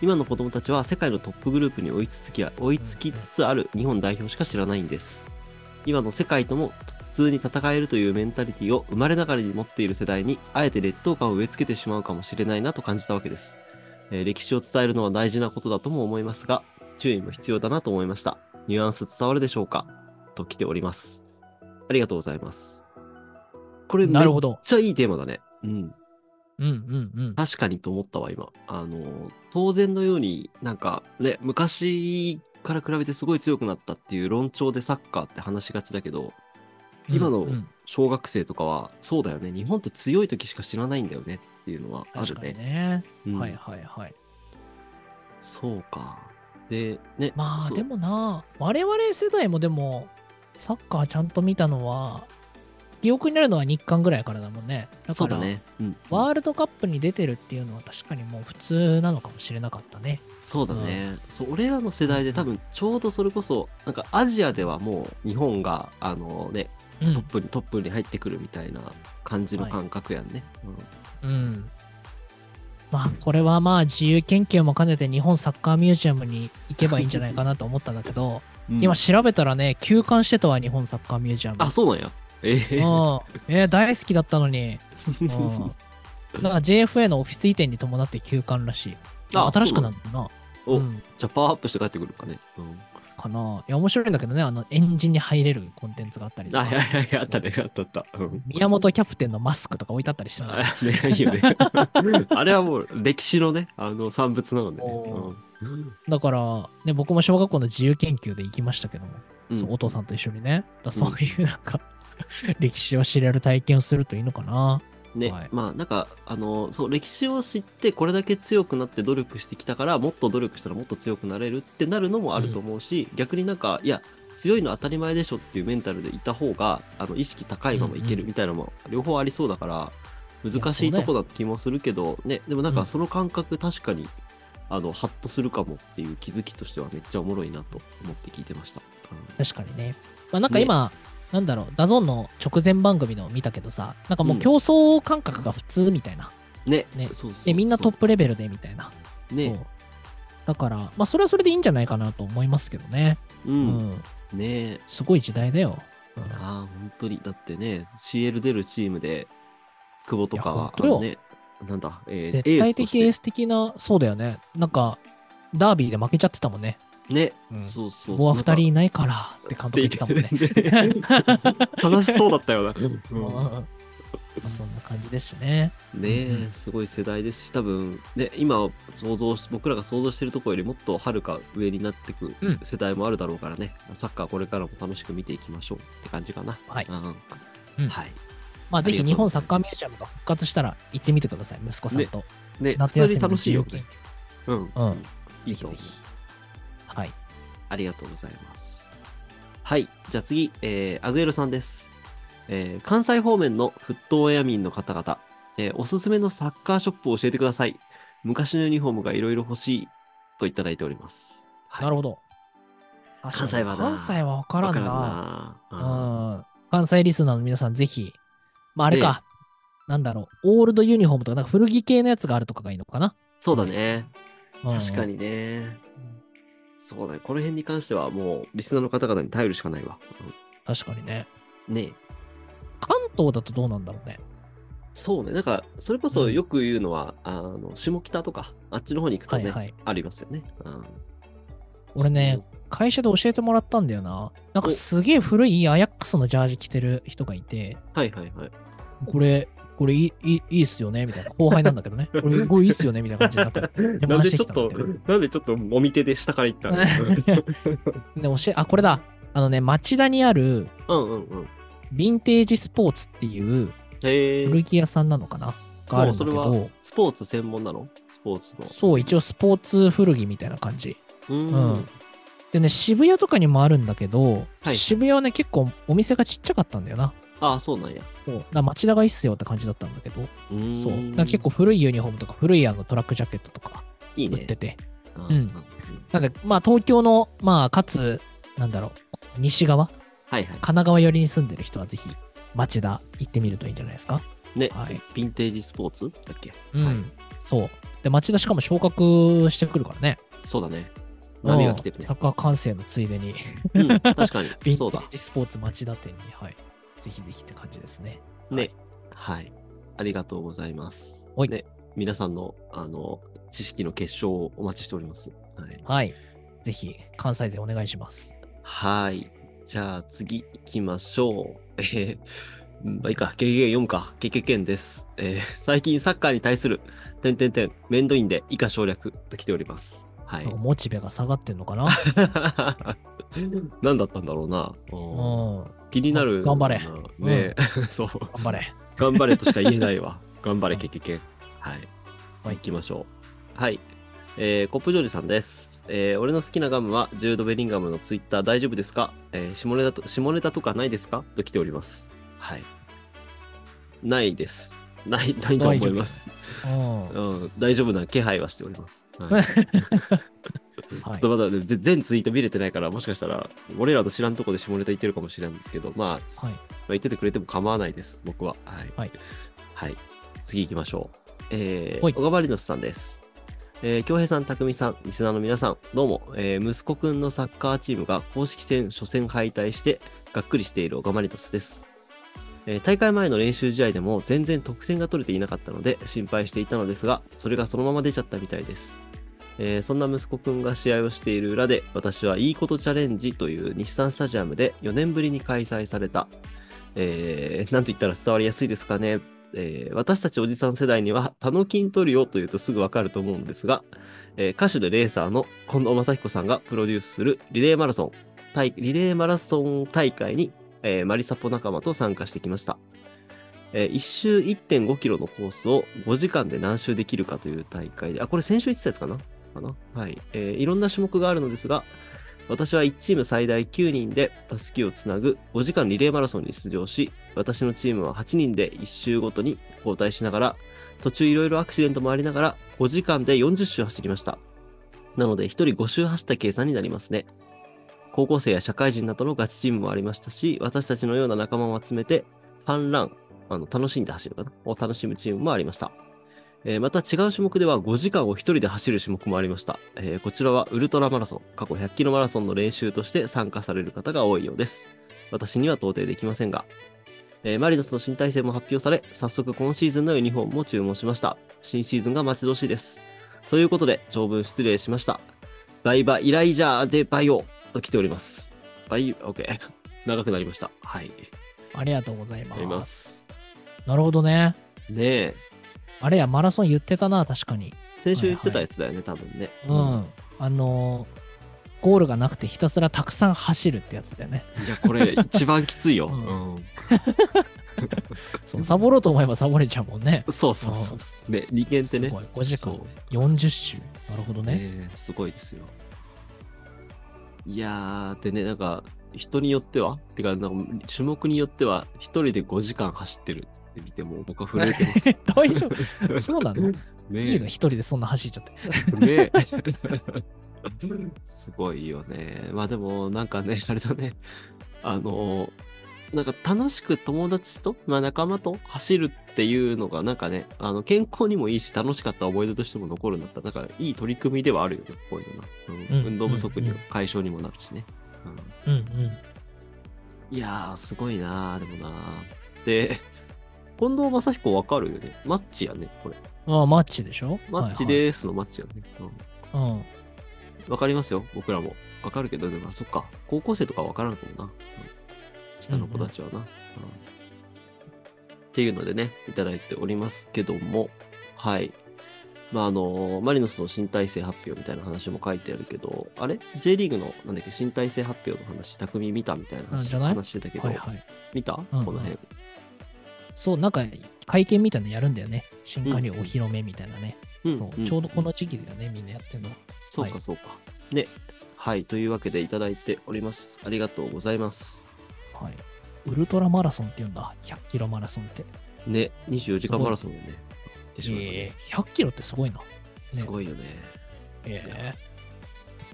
Speaker 2: 今の子供たちは世界のトップグループに追いつつきや追いつきつつある日本代表しか知らないんです。今の世界とも普通に戦えるというメンタリティを生まれながらに持っている世代に、あえて劣等感を植え付けてしまうかもしれないなと感じたわけです。えー歴史を伝えるのは大事なことだとも思いますが、注意も必要だなと思いました。ニュアンス伝わるでしょうかと来ております。ありがとうございます。これめ
Speaker 1: な
Speaker 2: っ
Speaker 1: るほど。
Speaker 2: ちゃいいテーマだね。うん。
Speaker 1: うんうんうん。
Speaker 2: 確かにと思ったわ今あの当然のようになんかね昔から比べてすごい強くなったっていう論調でサッカーって話しがちだけど今の
Speaker 1: うんうん
Speaker 2: 小学生とかはそうだよね日本って強い時しか知らないんだよねっていうのはあ
Speaker 1: 確
Speaker 2: る
Speaker 1: かに
Speaker 2: ね。
Speaker 1: ね。
Speaker 2: うん
Speaker 1: はいはいはい。
Speaker 2: そうか。でね
Speaker 1: まあ
Speaker 2: そう
Speaker 1: でもな、我々世代もでも、サッカーちゃんと見たのは、記憶になるのは日韓ぐらいからだもんね。だから
Speaker 2: そうだね。うん、
Speaker 1: ワールドカップに出てるっていうのは確かにもう普通なのかもしれなかったね。
Speaker 2: そうだね、そう俺らの世代で多分ちょうどそれこそなんかアジアではもう日本があのね
Speaker 1: う
Speaker 2: トッ
Speaker 1: ん。
Speaker 2: プにトップに入ってくるみたいな感じの
Speaker 1: はい
Speaker 2: 感覚やんね。うん
Speaker 1: うん。まあこれはまあ自由研究も兼ねて日本サッカーミュージアムに行けばいいんじゃないかなと思ったんだけど、
Speaker 2: うん
Speaker 1: 今調べたらね、休館してたわ、日本サッカーミュージアム。
Speaker 2: あ、そうなんや。ええ
Speaker 1: うんえー大好きだったのに。うん
Speaker 2: (laughs)
Speaker 1: だから JFA のオフィス移転に伴って休館らしい。
Speaker 2: あ
Speaker 1: 新しくなるのかな
Speaker 2: お、
Speaker 1: うん、
Speaker 2: じゃあパワーアップして帰ってくるかね。うん、
Speaker 1: かないや、面白いんだけどね、あの、エンジンに入れるコンテンツがあったりと
Speaker 2: あ、
Speaker 1: か。
Speaker 2: いやいやいや、あったね、あったあった。うん、
Speaker 1: 宮本キャプテンのマスクとか置いてあったりしてた。
Speaker 2: あね、いいよね。
Speaker 1: (laughs)
Speaker 2: あれはもう歴史のね、あの産物なのでね。
Speaker 1: おー
Speaker 2: うん
Speaker 1: だから、ね、僕も小学校の自由研究で行きましたけども、
Speaker 2: うん
Speaker 1: そうお父さんと一緒にね、だからそういうなんか、 (laughs) 歴史を知れる体験をするといいのかな。
Speaker 2: ね、
Speaker 1: はい
Speaker 2: まあなんかあのそう歴史を知ってこれだけ強くなって努力してきたからもっと努力したらもっと強くなれるってなるのもあると思うし、逆になんかいや強いの当たり前でしょっていうメンタルでいた方があの意識高いままいけ
Speaker 1: うんう
Speaker 2: る
Speaker 1: ん
Speaker 2: みたいなのも両方ありそうだから
Speaker 1: や
Speaker 2: 難しい
Speaker 1: そうだ
Speaker 2: と
Speaker 1: よ
Speaker 2: こだ気もするけど、ね、でもなん
Speaker 1: う
Speaker 2: か
Speaker 1: ん
Speaker 2: その感覚確かに、あのハッとするかもっていう気づきとしてはめっちゃおもろいなと思って聞いてました。
Speaker 1: 確かにね。まあ、なんか今、なんだろう、ダゾーンの直前番組の見たけどさ、なんかもう競争感覚が普通みたいな。
Speaker 2: うんね
Speaker 1: ね
Speaker 2: そうそうそう
Speaker 1: で、みんなトップレベルでみたいな。
Speaker 2: ね
Speaker 1: そう。だから、まあ、それはそれでいいんじゃないかなと思いますけどね。
Speaker 2: う
Speaker 1: うんん。
Speaker 2: ねえ。
Speaker 1: すごい時代だよ。うん
Speaker 2: ああ、本当に。だってね、CL 出るチームで、久保とか
Speaker 1: いや
Speaker 2: は、
Speaker 1: 本当よ
Speaker 2: あのね、なんだ、えー、
Speaker 1: 絶対的エー
Speaker 2: ス
Speaker 1: ス的な、そうだよね。なんか、ダービーで負けちゃってたもんね。
Speaker 2: として。ね、
Speaker 1: うん
Speaker 2: そうそうそう。
Speaker 1: 久保は2人
Speaker 2: っ
Speaker 1: いないからって監督言ってたもんね。
Speaker 2: (laughs) 悲しそうだったよ
Speaker 1: (laughs)
Speaker 2: な。
Speaker 1: うんそんな感じですしね。
Speaker 2: ね
Speaker 1: うんう
Speaker 2: え、すごい世代ですし、多分、ね、今、想像し、僕らが想像してるところよりもっとはるか上になってく
Speaker 1: うん
Speaker 2: 世代もあるだろうからね、サッカーこれからも楽しく見ていきましょうって感じかな。
Speaker 1: はい
Speaker 2: うん
Speaker 1: うん
Speaker 2: はい。
Speaker 1: まあ、ぜ
Speaker 2: あ
Speaker 1: ひ
Speaker 2: りがとう
Speaker 1: 日本サッカーミュージアムが復活したら行ってみてください、息子さんと。
Speaker 2: ね、普
Speaker 1: 夏
Speaker 2: 通
Speaker 1: 休
Speaker 2: に
Speaker 1: み
Speaker 2: 楽しいよ
Speaker 1: 自由
Speaker 2: ね
Speaker 1: 研。
Speaker 2: うん
Speaker 1: 究うん。
Speaker 2: いいと思う
Speaker 1: ぜひ。ぜひはい。
Speaker 2: ありがとうございます。はい。じゃあ次、えーアグエロさんです。えー関西方面の沸騰エアミンの方々、えーおすすめのサッカーショップを教えてください。昔のユニフォームがいろいろ欲しいといただいております。はい
Speaker 1: なるほど。あ
Speaker 2: 関西はな
Speaker 1: 関西は分から
Speaker 2: わ
Speaker 1: ん
Speaker 2: からん
Speaker 1: な。
Speaker 2: な。うん
Speaker 1: うん。関西リスナーの皆さん、ぜひ、まあ、あれか、なんだろう、オールドユニフォームとか、なんか古着系のやつがあるとかがいいのかな。
Speaker 2: そうだね。
Speaker 1: うん
Speaker 2: 確か。にね。そうだね。この辺に関してはもうリスナーの方々に頼るしかないわ。
Speaker 1: 確かにね。
Speaker 2: うんねえ
Speaker 1: 関東だとどうなんだろうね。
Speaker 2: そうね。なんか、それこそよく言うのは、あの、下北とか、あっちの方に行くと
Speaker 1: はい
Speaker 2: ね、
Speaker 1: はい。
Speaker 2: ありますよね。うん
Speaker 1: 俺ね、会社で教えてもらったんだよな。なんかすげえ古いアヤックスのジャージ着てる人がいて、
Speaker 2: はいはいはい。
Speaker 1: これ、これいいいいいいっすよねみたいな。後輩なんだけど
Speaker 2: (laughs)
Speaker 1: ね。これ、これいいっすよねみたいな感じで、なんか、でも
Speaker 2: なんで
Speaker 1: 話
Speaker 2: ち
Speaker 1: して
Speaker 2: ょ
Speaker 1: き
Speaker 2: っ
Speaker 1: たん
Speaker 2: と
Speaker 1: だけど。、
Speaker 2: なんでちょっとお見手で下から
Speaker 1: (laughs)
Speaker 2: 行ったの
Speaker 1: で、教え、あ、これだ。あのね、町田にある、
Speaker 2: うんうんうん。
Speaker 1: ヴィンテージスポーツっていう
Speaker 2: へえ。
Speaker 1: 古着屋さんなのかな、があるんだけ
Speaker 2: もうそれ
Speaker 1: ど、
Speaker 2: スポーツ専門なのスポーツの。
Speaker 1: そう、一応スポーツ古着みたいな感じ。
Speaker 2: う。
Speaker 1: うんん。でね、渋谷とかにもあるんだけど、
Speaker 2: はい
Speaker 1: 渋谷はね、結構お店がちっちゃかったんだよな。
Speaker 2: ああ、そうなんや。
Speaker 1: そうだから町田がいいっすよって感じだったんだけど、
Speaker 2: うーん
Speaker 1: そう。だから結構古いユニフォームとか古いあのトラックジャケットとか
Speaker 2: いい
Speaker 1: 売っ
Speaker 2: ね
Speaker 1: て。て、
Speaker 2: うん
Speaker 1: んなんで、まあ東京の、まあかつ、なんだろう、西側、神
Speaker 2: はいは
Speaker 1: 奈川寄りに住んでる人はぜひ町田行ってみるといいんじゃないですか。
Speaker 2: い。ね、
Speaker 1: はい
Speaker 2: ヴィンテージスポーツだっけ
Speaker 1: うん。
Speaker 2: はい
Speaker 1: そう。で、町田しかも昇格してくるからね。
Speaker 2: そうだね。波が来てる
Speaker 1: うん
Speaker 2: ね
Speaker 1: サ。ッカー観戦のついで
Speaker 2: (laughs)
Speaker 1: に、
Speaker 2: うん、
Speaker 1: (laughs)
Speaker 2: 確か
Speaker 1: ヴィ
Speaker 2: に。
Speaker 1: ン
Speaker 2: そう
Speaker 1: テ
Speaker 2: だ
Speaker 1: ー。ジスポーツ町田店に、はい。ぜひぜひって感じですね。
Speaker 2: ね。はい。ありがとうございます。
Speaker 1: はい
Speaker 2: ね。皆さんの、あの、知識の結晶をお待ちしております。はい。
Speaker 1: はい。ぜひ、関西勢お願いします。
Speaker 2: はい。じゃあ次行きましょう。 (laughs) えーうんまあいいか、KK 読むか、KKK です。えー最近サッカーに対する、点点点、面倒いんで以下省略と来ております。はい
Speaker 1: なんか。モチベが下がってんのかな
Speaker 2: (laughs) 何だったんだろうな。
Speaker 1: う
Speaker 2: うん
Speaker 1: ん。
Speaker 2: 気になるな。
Speaker 1: 頑張れ
Speaker 2: ねえ (laughs) そう。
Speaker 1: 頑張れ。
Speaker 2: 頑張れとしか言えない (laughs) わ。頑張れ、
Speaker 1: うん
Speaker 2: けけけ。は
Speaker 1: は
Speaker 2: い。次
Speaker 1: い
Speaker 2: 行きましょう。はい。えーコップジョージさんです。えー俺の好きなガムは、ジュード・ベリンガムのツイッター大丈夫ですか、えー下ネタと下ネタとかないですかと来ております。はい。ないです。ない、ないと思います。
Speaker 1: うん。
Speaker 2: うん、大丈夫な気配はしております。 (laughs) はい、ちょっとまだ、ぜ全ツイート見れてないから、もしかしたら、俺らの知らんとこで下ネタ言ってるかもしれないんですけど、まあ、
Speaker 1: はい。
Speaker 2: まあ、言っててくれても構わないです、僕は。はい。
Speaker 1: はい
Speaker 2: はい次行きましょう。え
Speaker 1: ほい
Speaker 2: ー、小川リノスさんです。えー、京平さん、匠さん、リスナーの皆さん、どうも、えー息子くんのサッカーチームが公式戦初戦敗退して、がっくりしている小川リノスです。えー大会前の練習試合でも全然得点が取れていなかったので心配していたのですが、それがそのまま出ちゃったみたいです。えーそんな息子くんが試合をしている裏で、私はいいことチャレンジという日産スタジアムで4年ぶりに開催されたえーなんと言ったら伝わりやすいですかね。えー私たちおじさん世代には、タノキントリオというとすぐわかると思うんですが、えー歌手でレーサーの近藤正彦さんがプロデュースするリレーマラソン、大リレーマラソン大会に、えーマリサポ仲間と参加してきました。え1周1.5キロのコースを5時間で何周できるかという大会で、あ、これ先週言ってたやつかなかなはい。えーいろんな種目があるのですが、私は1チーム最大9人でたすきをつなぐ5時間リレーマラソンに出場し、私のチームは8人で1周ごとに交代しながら、途中いろいろアクシデントもありながら、5時間で40周走りました。なので1人5周走った計算になりますね。高校生や社会人などのガチチームもありましたし、私たちのような仲間を集めて、ファンラン、あの楽しんで走るかな、を楽しむチームもありました。えーまた違う種目では5時間を1人で走る種目もありました、えーこちらはウルトラマラソン過去100キロマラソンの練習として参加される方が多いようです私には到底できませんが、えーマリノスの新体制も発表され早速今シーズンのユニフォームも注文しました新シーズンが待ち遠しいですということで長文失礼しましたバイバイライジャーでバイオと来ておりますバイオッケー (laughs) 長くなりましたはい
Speaker 1: ありがとうございま
Speaker 2: あ
Speaker 1: す。
Speaker 2: ります
Speaker 1: なるほどね。
Speaker 2: ねえ
Speaker 1: あれや、マラソン言ってたな、確かに。
Speaker 2: 先週言ってたやつだよね、多分ね。
Speaker 1: うん。あのーゴールがなくてひたすらたくさん走るってやつだよね。
Speaker 2: いや、これ、一番きついよ。
Speaker 1: うん
Speaker 2: うん
Speaker 1: そう、サボろうと思えばサボれちゃうもんね。
Speaker 2: そうそうそうそう。ね、人間って
Speaker 1: す
Speaker 2: ね。
Speaker 1: ごい。5時間
Speaker 2: そう
Speaker 1: 40周。なるほどね。
Speaker 2: ねえすごいですよ。いやー、でね、なんか、人によっては、てか、なんか、種目によっては、一人で5時間走ってるって見ても、僕は震えてます。
Speaker 1: (laughs) 大丈夫。そうなのいいの、
Speaker 2: (laughs) ね
Speaker 1: 一人でそんな走っちゃって。
Speaker 2: え。 (laughs) ねえすごいよね。まあでも、なんかね、 (laughs) あれだね、あの、なんか楽しく友達と、まあ、仲間と走るっていうのが、なんかね、あの健康にもいいし、楽しかった思い出としても残るんだったら、なんかいい取り組みではあるよね、こういうのな。うん
Speaker 1: うん
Speaker 2: 運動不足に
Speaker 1: うん
Speaker 2: は解消にもなるしね。うん
Speaker 1: うんうん。
Speaker 2: いやー、すごいなー、でもなー。で、近藤正彦わかるよね。マッチやね、これ。
Speaker 1: ああ、マッチでしょ
Speaker 2: マッチ。でーすのマッチやね。うん
Speaker 1: はいはいうん。
Speaker 2: わかりますよ、僕らも。わかるけど、でも、そっか、高校生とかわからんかもな。うん下の子たちはな、うんっていうのでね、いただいておりますけども、はい。まあ、あのマリノスの新体制発表みたいな話も書いてあるけど、あれ ?J リーグの、なんだっけ、新体制発表の話、匠見たみたいな
Speaker 1: なん
Speaker 2: 話
Speaker 1: じゃない
Speaker 2: 話してたけど、
Speaker 1: はいはい。
Speaker 2: 見た、
Speaker 1: うんうん
Speaker 2: この辺。
Speaker 1: そう、なんか会見みたいなのやるんだよね。新加入お披露目みたいなね。そう、ちょうどこの時期だよね、みんなやってるの。
Speaker 2: そう
Speaker 1: は
Speaker 2: か
Speaker 1: い
Speaker 2: そうか。ね。はい。というわけでいただいております。ありがとうございます。
Speaker 1: はい。ウルトラマラソンって言うんだ。100キロマラソンって。
Speaker 2: ね。24時間マラソンをね。やってしまったね
Speaker 1: ええ100キロってすごいな。え
Speaker 2: すごいよね。
Speaker 1: え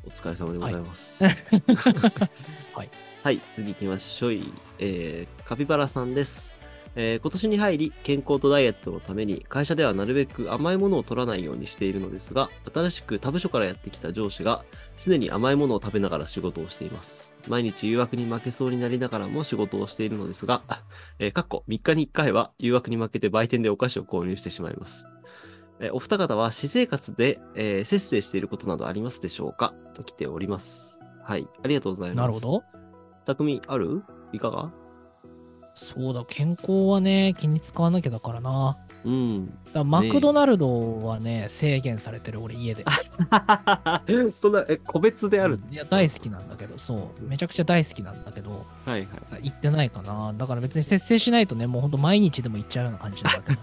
Speaker 2: お疲れ様でございます。
Speaker 1: はい。
Speaker 2: はい。次行きましょう。えー、カピバラさんです。えー今年に入り健康とダイエットのために会社ではなるべく甘いものを取らないようにしているのですが新しく他部署からやってきた上司が常に甘いものを食べながら仕事をしています毎日誘惑に負けそうになりながらも仕事をしているのですが、えー、かっこ3日に1回は誘惑に負けて売店でお菓子を購入してしまいますえーお二方は私生活で、えー節制していることなどありますでしょうかと来ております。はい。ありがとうございます。
Speaker 1: なるほど。
Speaker 2: 匠、あるいかが
Speaker 1: そうだ、健康はね、気に使わなきゃだからな。
Speaker 2: うん。
Speaker 1: だからマクドナルドはね、制限されてる、俺、家で。
Speaker 2: (laughs) そんな、え、個別である。
Speaker 1: いや、大好きなんだけど、そう。めちゃくちゃ大好きなんだけど、
Speaker 2: (laughs) はいはい。
Speaker 1: 行ってないかな。だから別に節制しないとね、もうほんと毎日でも行っちゃうような感じなんだけ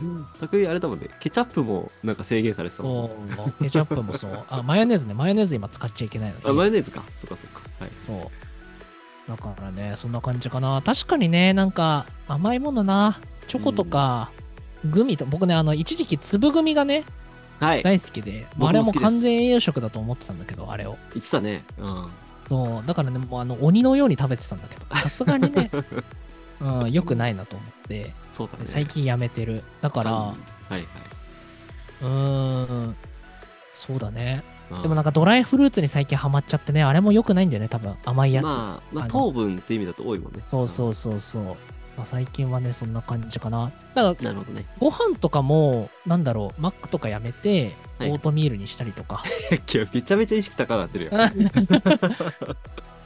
Speaker 2: (laughs)
Speaker 1: どね。
Speaker 2: 匠、あれだもんね。ケチャップもなんか制限されてたもんね
Speaker 1: そう。ケチャップもそう。あ、マヨネーズね。マヨネーズ今使っちゃいけないのね
Speaker 2: あ、マヨネーズか。そっかそっか。はい。
Speaker 1: そう。だからね、そんな感じかな。確かにね、なんか甘いものな。チョコとか、グミと、僕ね、あの、一時期粒グミがね、
Speaker 2: はい。
Speaker 1: 大好きで、
Speaker 2: 僕も好きです
Speaker 1: あれはもう完全栄養食だと思ってたんだけど、あれを。
Speaker 2: 言ってたね。うん。
Speaker 1: そう。だからね、もうあの、鬼のように食べてたんだけど、さすが
Speaker 2: (laughs)
Speaker 1: にね、うん、良くないなと思って、
Speaker 2: そうだね。
Speaker 1: 最近やめてる。だか
Speaker 2: うん
Speaker 1: ら
Speaker 2: はい、はい。
Speaker 1: うーん、そうだね。
Speaker 2: うん
Speaker 1: でもなんかドライフルーツに最近ハマっちゃってね、あれも良くないんだよね、多分。甘いやつ。
Speaker 2: まあ、ま
Speaker 1: あ
Speaker 2: あ、
Speaker 1: の
Speaker 2: 糖分って意味だと多いもんね。
Speaker 1: そうそうそうそう。まあ、最近はね、そんな感じかな。だか
Speaker 2: うん。
Speaker 1: ら、
Speaker 2: なるほどね。 (laughs)
Speaker 1: ご飯とかも、なんだろう、マックとかやめて、オ
Speaker 2: はい
Speaker 1: ートミールにしたりと
Speaker 2: (laughs)
Speaker 1: か、
Speaker 2: 今日めちゃめちゃ意識高くなってるよ。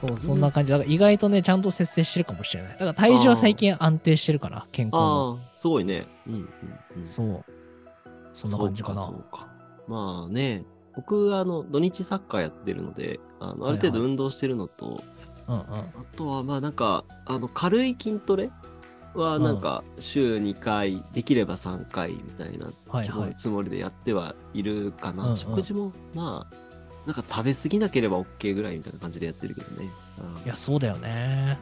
Speaker 1: そうそんな感じ。だから意外とね、ちゃんと節制してるかもしれない。だから体重は最近安定してるから、健康の。
Speaker 2: ああ、すごいね。うんうんうん。
Speaker 1: そう。そんな感じかな。
Speaker 2: そうか。そうかまあね、僕、あの、土日サッカーやってるので、あのある程
Speaker 1: はい
Speaker 2: 度
Speaker 1: は
Speaker 2: 運動してるのと、
Speaker 1: うんうん。
Speaker 2: あとは、まあなんか、あの、軽い筋トレは、なんか、週2回、できれば3回みたいな
Speaker 1: はい
Speaker 2: 気
Speaker 1: は
Speaker 2: 持
Speaker 1: い。
Speaker 2: つもりでやってはいるかな。
Speaker 1: うんうん
Speaker 2: 食事も、まあ、なんか食べ過ぎなければ OK ぐらいみたいな感じでやってるけどね。
Speaker 1: いや、そうだよね。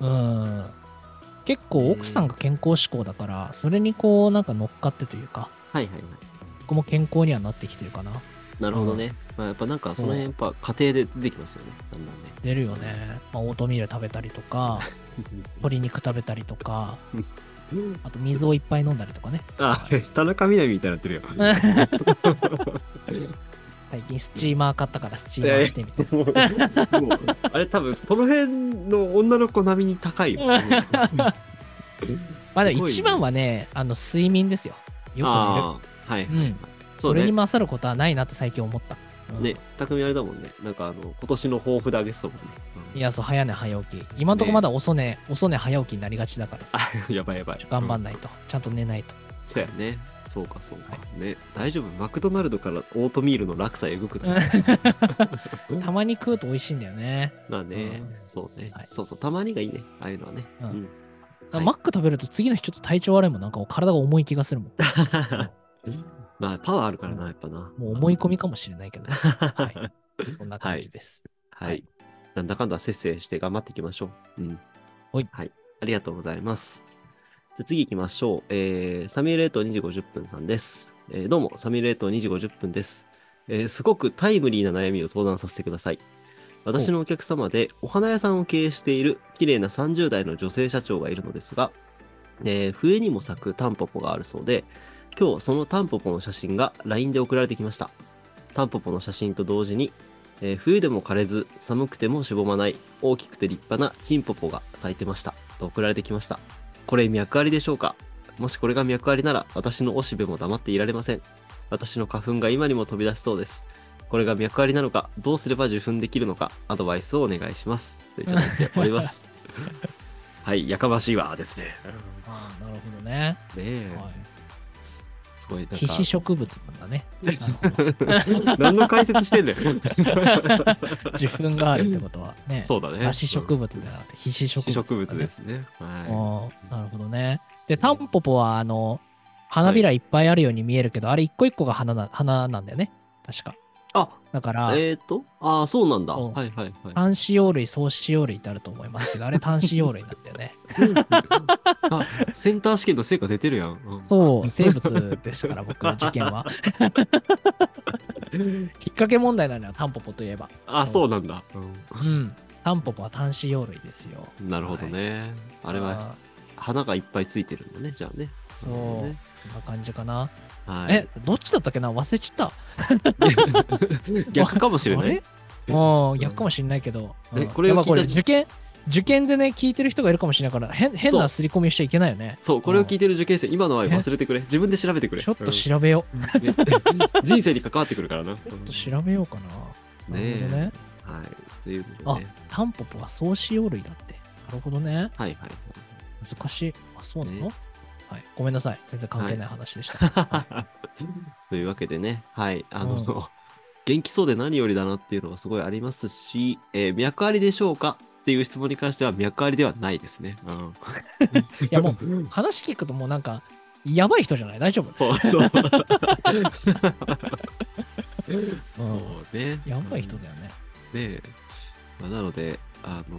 Speaker 2: う
Speaker 1: う
Speaker 2: ん、
Speaker 1: ん。結構奥さんが健康志向だから、それにこう、なんか乗っかってというか、
Speaker 2: はいはいはい。
Speaker 1: 僕も健康にはなってきてるかな。
Speaker 2: なるほどね。まあやっぱなんか、その辺、やっぱ家庭で出てきますよね。だんだんね。
Speaker 1: 出
Speaker 2: (laughs)
Speaker 1: るよね。まあ、オートミール食べたりとか、鶏肉食べたりとか、 (laughs) あと水をいっぱい飲んだりとか
Speaker 2: (laughs)
Speaker 1: ね。
Speaker 2: あ、田中みな実みたいになってるよ。
Speaker 1: 最近スチーマー買ったからスチーマーしてみたい
Speaker 2: もうもうあれ多分その辺の女の子並みに
Speaker 1: (laughs)
Speaker 2: 高いよ。
Speaker 1: な。まあでも
Speaker 2: す
Speaker 1: 一
Speaker 2: ごいね
Speaker 1: 番はね、あの睡眠ですよ。よく寝る。
Speaker 2: ああ、はい。
Speaker 1: うん。
Speaker 2: そう
Speaker 1: そ
Speaker 2: ね
Speaker 1: れに勝ることはないなって最近思った。うん
Speaker 2: ね、匠あれだもんね。なんかあの、今年の抱負であげてたもんね。うん
Speaker 1: いや、そう、早寝早起き。今んとこまだ遅寝、遅寝早起きになりがちだからさ。
Speaker 2: あ、 (laughs) やばいやばい。
Speaker 1: 頑張ん
Speaker 2: い。
Speaker 1: ないと。ちゃんと寝
Speaker 2: (laughs)
Speaker 1: ないと。
Speaker 2: そうやね。そうかそうか。ね、大丈夫。マクドナルドからオートミールの落差えぐくない
Speaker 1: たまに食うと美味しいんだよね。
Speaker 2: まあね
Speaker 1: うん、
Speaker 2: そうね
Speaker 1: はい。
Speaker 2: そうそう、たまにがいいね。ああいうのはね。
Speaker 1: うん
Speaker 2: うん (laughs) はい
Speaker 1: マック食べると次の日ちょっと体調悪いもん。なんか体が重い気がする
Speaker 2: (laughs)
Speaker 1: もん。
Speaker 2: まあ、パワーあるからな、やっぱな。
Speaker 1: もう思い込みかもしれないけどね。はいそんな感じです。
Speaker 2: は
Speaker 1: はいい。
Speaker 2: なんだかんだ節制して頑張っていきましょう。うん。
Speaker 1: ほい
Speaker 2: ありがとうございます。じゃあ次行きましょう。えー、サミュレート2時50分さんです。えーどうも、サミュレート2時50分です。えーすごくタイムリーな悩みを相談させてください。私のお客様でお花屋さんを経営している綺麗な30代の女性社長がいるのですが、えー笛にも咲くタンポポがあるそうで、今日そのタンポポの写真が LINE で送られてきました。タンポポの写真と同時にえー冬でも枯れず寒くてもしぼまない大きくて立派なチンポポが咲いてましたと送られてきましたこれ脈ありでしょうかもしこれが脈ありなら私のおしべも黙っていられません私の花粉が今にも飛び出しそうですこれが脈ありなのかどうすれば受粉できるのかアドバイスをお願いしますといただいておりますはいやかましいわですねね
Speaker 1: ああ、なるほどね。
Speaker 2: え、
Speaker 1: は
Speaker 2: すごいなん
Speaker 1: い、
Speaker 2: か
Speaker 1: 必死植物なんだね。なるほど
Speaker 2: (laughs) 何の解説
Speaker 1: (laughs)
Speaker 2: してんだよ
Speaker 1: 受粉があるってことはね。
Speaker 2: そうだね
Speaker 1: 裸子植物ではなくて、必死植
Speaker 2: 非
Speaker 1: 物、
Speaker 2: 植物で。すね。は
Speaker 1: ああ、なるほどね。で、タンポポは、あの、花びらいっぱいあるように見えるけど、あれ一個一個が花な花なんだよね。確か。
Speaker 2: い。あ、
Speaker 1: だから、
Speaker 2: えっ、と、ああ、そうなんだ。
Speaker 1: そう
Speaker 2: はいはいはい。
Speaker 1: 単子葉類、総子葉類ってあると思いますけど、あれ単子葉類なんだよね。
Speaker 2: あセンター試験の成果出てるやん。うん
Speaker 1: そう、生物でしたから、僕、事件
Speaker 2: (laughs)
Speaker 1: は。きっかけ問題なのよ、タンポポといえば。
Speaker 2: あ、そうなんだ。
Speaker 1: うん。タンポポは単子葉類ですよ。
Speaker 2: なるほどね。あれは花がいっぱいついてるんだね、じゃあね。
Speaker 1: そう
Speaker 2: なるほどね
Speaker 1: こんな感じかな。
Speaker 2: はい、
Speaker 1: え、どっちだったっけな忘れちゃっ
Speaker 2: え (laughs) 逆かもしれな
Speaker 1: あ
Speaker 2: い
Speaker 1: れ。た。うん、逆かもしれないけど。う
Speaker 2: ね
Speaker 1: ん
Speaker 2: これを
Speaker 1: やっぱこれ
Speaker 2: 聞いた
Speaker 1: 受験、受験でね、聞いてる人がいるかもしれないから、変変
Speaker 2: そう
Speaker 1: な刷り込みしちゃいけないよね。
Speaker 2: そう、これを聞いてる受験生、今のは忘れてくれ。自分で調べてくれ。
Speaker 1: ちょっと
Speaker 2: うん
Speaker 1: 調べよう。
Speaker 2: ね人生に関わってくるからな。
Speaker 1: ちょっと調べようかな。なるほどね。
Speaker 2: はい。ということでね。
Speaker 1: タンポポは総子葉類だって。なるほどね。
Speaker 2: はいはい。
Speaker 1: 難しい。あ、そうなの、
Speaker 2: ね
Speaker 1: はい。ごめんなさい。全然関係ない話でした。
Speaker 2: というわけでね、はい、あの、
Speaker 1: うん
Speaker 2: 元気そうで何よりだなっていうのはすごいありますし、えー脈ありでしょうかっていう質問に関しては脈ありではないですね。うん、
Speaker 1: い、や、もう、 (laughs) 話聞くともうなんか、やばい人じゃない大丈夫、
Speaker 2: (laughs) そうそう。
Speaker 1: う
Speaker 2: そ
Speaker 1: ん、
Speaker 2: うね。
Speaker 1: やばい人だよね。
Speaker 2: ねえまあ、なので、あの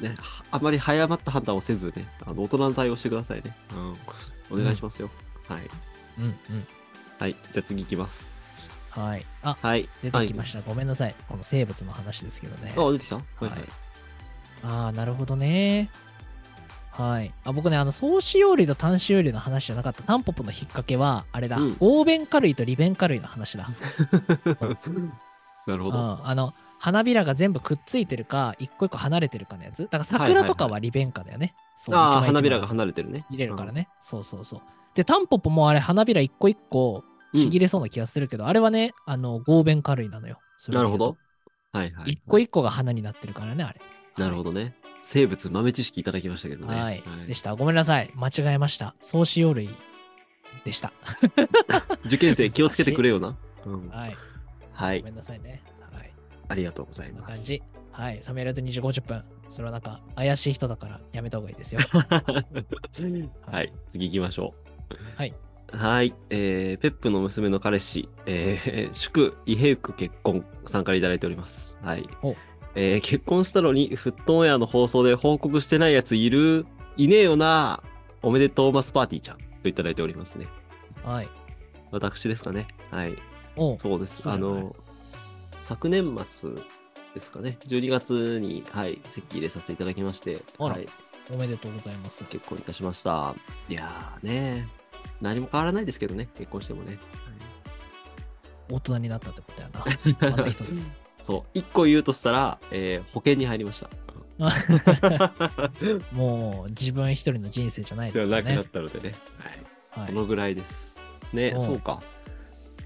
Speaker 2: ね、はあまり早まった判断をせずね、あの大人の対応してくださいね。うん、お願いしますよ。はい。
Speaker 1: うんうん。
Speaker 2: はい。じゃあ次行きます。
Speaker 1: はい。あ、
Speaker 2: はい。。
Speaker 1: 出てきましたた。ごめんなさい。この生物の話ですけどね。
Speaker 2: はい、あ、出てきたはいはい。
Speaker 1: ああ、なるほどね。はい。あ、僕ね、あの、総子葉類と単子葉類の話じゃなかった。タンポポの引っ掛けは、あれだ。
Speaker 2: うん
Speaker 1: オーベンカ類とリベンカ類の話だ。
Speaker 2: (laughs) なるほ
Speaker 1: う
Speaker 2: ど。
Speaker 1: ん、あの花びらが全部くっついてるか一個一個離れてるかのやつだから
Speaker 2: はいはい
Speaker 1: 桜
Speaker 2: はい
Speaker 1: とかは利便花だよね、そう
Speaker 2: あ
Speaker 1: 一
Speaker 2: あ、
Speaker 1: 枚一枚
Speaker 2: 花びらが離れてるね。
Speaker 1: 入れるからね、そうそうそうでタンポポもあれ花びら一個一個ちぎれそうな気がするけど、あれはねあの合弁花類なのよそれ
Speaker 2: な
Speaker 1: で
Speaker 2: る
Speaker 1: 言
Speaker 2: ほ
Speaker 1: うと
Speaker 2: ど。はいはい。
Speaker 1: 一個一個が花になってるからねあれ
Speaker 2: なるほどね。生物豆知識いただきましたけどね。
Speaker 1: はい、でしたごめんなさい間違えました総子葉類でした
Speaker 2: 受験生気をつけてくれよな。うん
Speaker 1: はい、
Speaker 2: は
Speaker 1: ご
Speaker 2: い
Speaker 1: め。んなさいねはい
Speaker 2: ありがとうござい
Speaker 1: こんな
Speaker 2: ま
Speaker 1: 感
Speaker 2: す。
Speaker 1: じはいサムエルと2時50分それはなんか怪しい人だからやめた方がいい (laughs) ですよ
Speaker 2: はい。次行きましょう。
Speaker 1: はい。
Speaker 2: はい。えー、ペップの娘の彼氏、えー、 (laughs) 祝、イヘウク結婚、参加いただいております。はい
Speaker 1: お。
Speaker 2: えー、結婚したのに、フットオンエアの放送で報告してないやついるいねえよなおめでとうマスパーティーちゃんといただいておりますね。
Speaker 1: はい
Speaker 2: 私ですかね。はい。
Speaker 1: おう
Speaker 2: そうです。
Speaker 1: はい
Speaker 2: あの、昨年末ですかね、12月に、はい、席入れさせていただきまして、
Speaker 1: あら
Speaker 2: はい、
Speaker 1: おめでとうございます。
Speaker 2: 結婚いたしました。いやーね何も変わらないですけどね、結婚してもね。
Speaker 1: 大人になったってことやな。また一つ。
Speaker 2: (laughs) そう、一個言うとしたら、えー保険に入りました。
Speaker 1: もう自分一人の人生じゃないで
Speaker 2: ですは
Speaker 1: よ
Speaker 2: なくな
Speaker 1: ね
Speaker 2: っ。たのでね。はい
Speaker 1: は
Speaker 2: そ
Speaker 1: い、
Speaker 2: のぐらいです。ね
Speaker 1: う、ん
Speaker 2: そうか。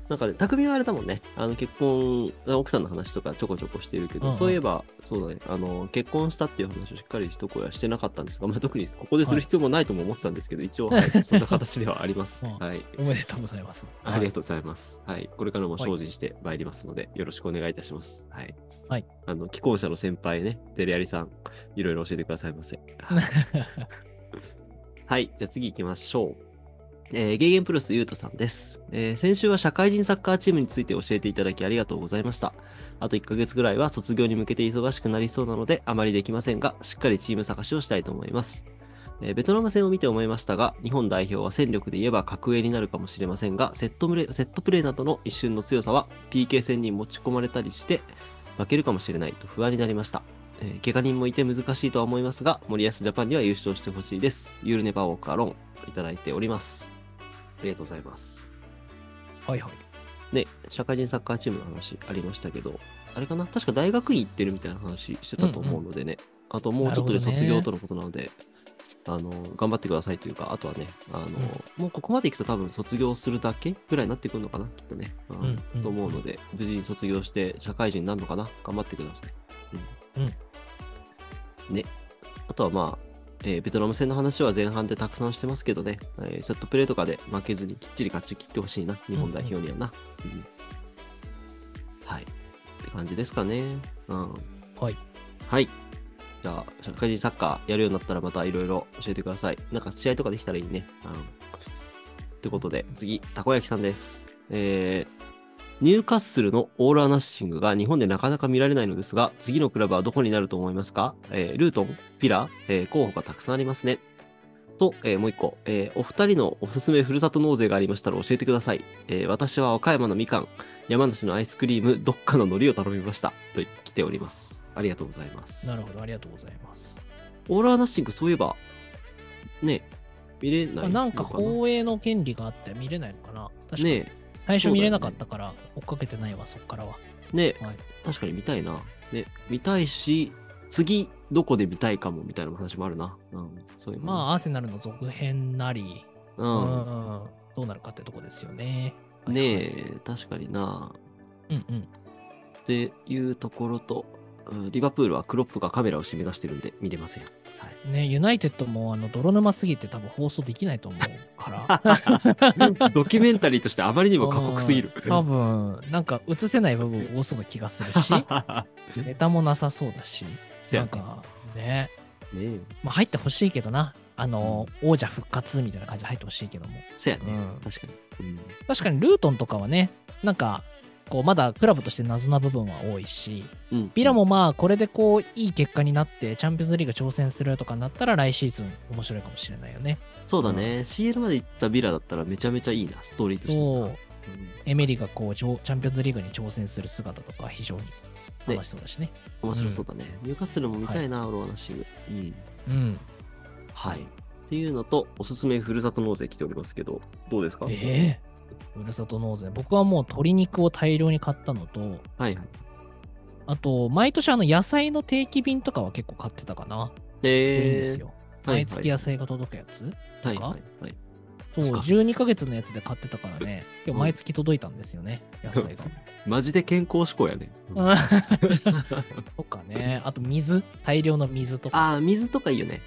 Speaker 2: なんかね、匠はあれだもんね、あの結婚、奥さんの話とかちょこちょこしてるけど、
Speaker 1: うんうん
Speaker 2: そういえば、そうだね、あの、結婚したっていう話をしっかり一声はしてなかったんですが、まあ、特にここでする必要もないとも思ってたんですけど、一応、
Speaker 1: (laughs)
Speaker 2: はいそんな形ではあります。
Speaker 1: うん
Speaker 2: はい。
Speaker 1: おめでとうございます。
Speaker 2: (laughs) ありが
Speaker 1: と
Speaker 2: とうございます。はい。これからも精進してまいりますので、よろしくお願いいたします。はい。
Speaker 1: はい。
Speaker 2: あの、既婚者の先輩ね、デレアリさん、いろいろ教えてくださいませ。
Speaker 1: (laughs) う。
Speaker 2: はい。じゃあ次行きましょう。えーゲーゲンプルスゆうとさんです、えー先週は社会人サッカーチームについて教えていただきありがとうございました。あと1ヶ月ぐらいは卒業に向けて忙しくなりそうなので、あまりできませんが、しっかりチーム探しをしたいと思います。えーベトナム戦を見て思いましたが、日本代表は戦力で言えば格上になるかもしれませんが、セットプレーセットプレーなどの一瞬の強さは PK 戦に持ち込まれたりして、負けるかもしれないと不安になりました。えー怪我人もいて難しいとは思いますが、森保ジャパンには優勝してほしいです。ユールネバーウォークアロンいただいております。ありがとうございます。
Speaker 1: はいはい。
Speaker 2: ね、社会人サッカーチームの話ありましたけど、あれかな確か大学院行ってるみたいな話してたと思うのでね、あともうちょっとで
Speaker 1: なるほどね
Speaker 2: 卒業とのことなので、あの、頑張ってくださいというか、あとはね、あの、もうここまで行くと多分卒業するだけぐらいになってくるのかな、きっとね、うん
Speaker 1: うんうん
Speaker 2: と思うので、無事に卒業して社会人になるのかな頑張ってください。うん。ね、あとはまあ、えーベトナム戦の話は前半でたくさんしてますけどね、えーセットプレーとかで負けずにきっちり勝ち切ってほしいな、日本代表にはな。うんはい。って感じですかね。うん。
Speaker 1: はい。
Speaker 2: はい。じゃあ、社会人サッカーやるようになったらまたいろいろ教えてください。なんか試合とかできたらいいね。うん。ってことで、次、たこ焼きさんです。えー、ニューカッスルのオールアナッシングが日本でなかなか見られないのですが、次のクラブはどこになると思いますか、えールートン、ピラー、えー候補がたくさんありますね。と、えーもう一個、えーお二人のおすすめふるさと納税がありましたら教えてください。えー私は和歌山のみかん、山梨のアイスクリーム、どっかの海苔を頼みました。と来ております。ありがとうございます。
Speaker 1: なるほど、ありがとうございます。
Speaker 2: オールアナッシング、そういえば、ね、見れないの
Speaker 1: あ
Speaker 2: か
Speaker 1: な
Speaker 2: なん
Speaker 1: か放映の権利があって見れないのかな確かに
Speaker 2: ね
Speaker 1: 最初見れなかったから追っかけてないわ、そっからは。
Speaker 2: ね、
Speaker 1: はい
Speaker 2: 確かに見たいな。ね、見たいし、次どこで見たいかもみたいな話もあるな。うん、そういうのね
Speaker 1: まあ、アーセナルの続編なり、う
Speaker 2: うん。
Speaker 1: んどうなるかってとこですよね。
Speaker 2: ね
Speaker 1: え。
Speaker 2: え、確かにな。
Speaker 1: うんうん。
Speaker 2: っていうところと、うんリバプールはクロップがカメラを締め出してるんで見れ
Speaker 1: (laughs)
Speaker 2: ません。はい。
Speaker 1: ね、ユナイテッドもあの泥沼すぎて多分放送できないと思う
Speaker 2: (laughs)
Speaker 1: から。
Speaker 2: ドキュメンタリーとしてあまりにも過酷すぎる。
Speaker 1: うん多分、なんか映せない部分多そうな気がす
Speaker 2: (laughs)
Speaker 1: るし、ネタもなさそうだし、
Speaker 2: せ
Speaker 1: な
Speaker 2: や
Speaker 1: ん
Speaker 2: ね
Speaker 1: かね、
Speaker 2: ね
Speaker 1: まあ、入ってほしいけどな、あの、王者復活みたいな感じで入ってほしいけども。
Speaker 2: えせやね、
Speaker 1: うん
Speaker 2: 確かに。うん
Speaker 1: 確かにルートンとかはね、なんか、こうまだクラブとして謎な部分は多いし、
Speaker 2: うん
Speaker 1: ビラもまあ、これでこう、いい結果になって、チャンピオンズリーグ挑戦するとかになったら、来シーズン面白いかもしれないよね。
Speaker 2: そうだね、CL まで行ったビラだったらめちゃめちゃいいな、ストーリーとして。
Speaker 1: そうう、エメリがこう、ちょチャンピオンズリーグに挑戦する姿とか、非常に楽しそうだしね。
Speaker 2: ん面白そうだね。ニューカッスルも見たいな、オロアナシング。うん。
Speaker 1: うん。
Speaker 2: はい。っていうのと、おすすめふるさと納税来ておりますけど、どうですか
Speaker 1: ええふるさと納税。僕はもう鶏肉を大量に買ったのと、
Speaker 2: はいはい。
Speaker 1: あと、毎年あの野菜の定期便とかは結構買ってたかな。多いん
Speaker 2: え
Speaker 1: です
Speaker 2: ー、
Speaker 1: よ。
Speaker 2: はいは
Speaker 1: 毎
Speaker 2: い
Speaker 1: 月野菜が届くやつ。
Speaker 2: はいはいはい。
Speaker 1: そう、
Speaker 2: そうか
Speaker 1: 12ヶ月のやつで買ってたからね、今日毎月届いたんですよね、野菜が。
Speaker 2: マジで健康志向やね。あ
Speaker 1: (laughs) とかね、あと水、大量の水とか。
Speaker 2: あー、水とかいいよね。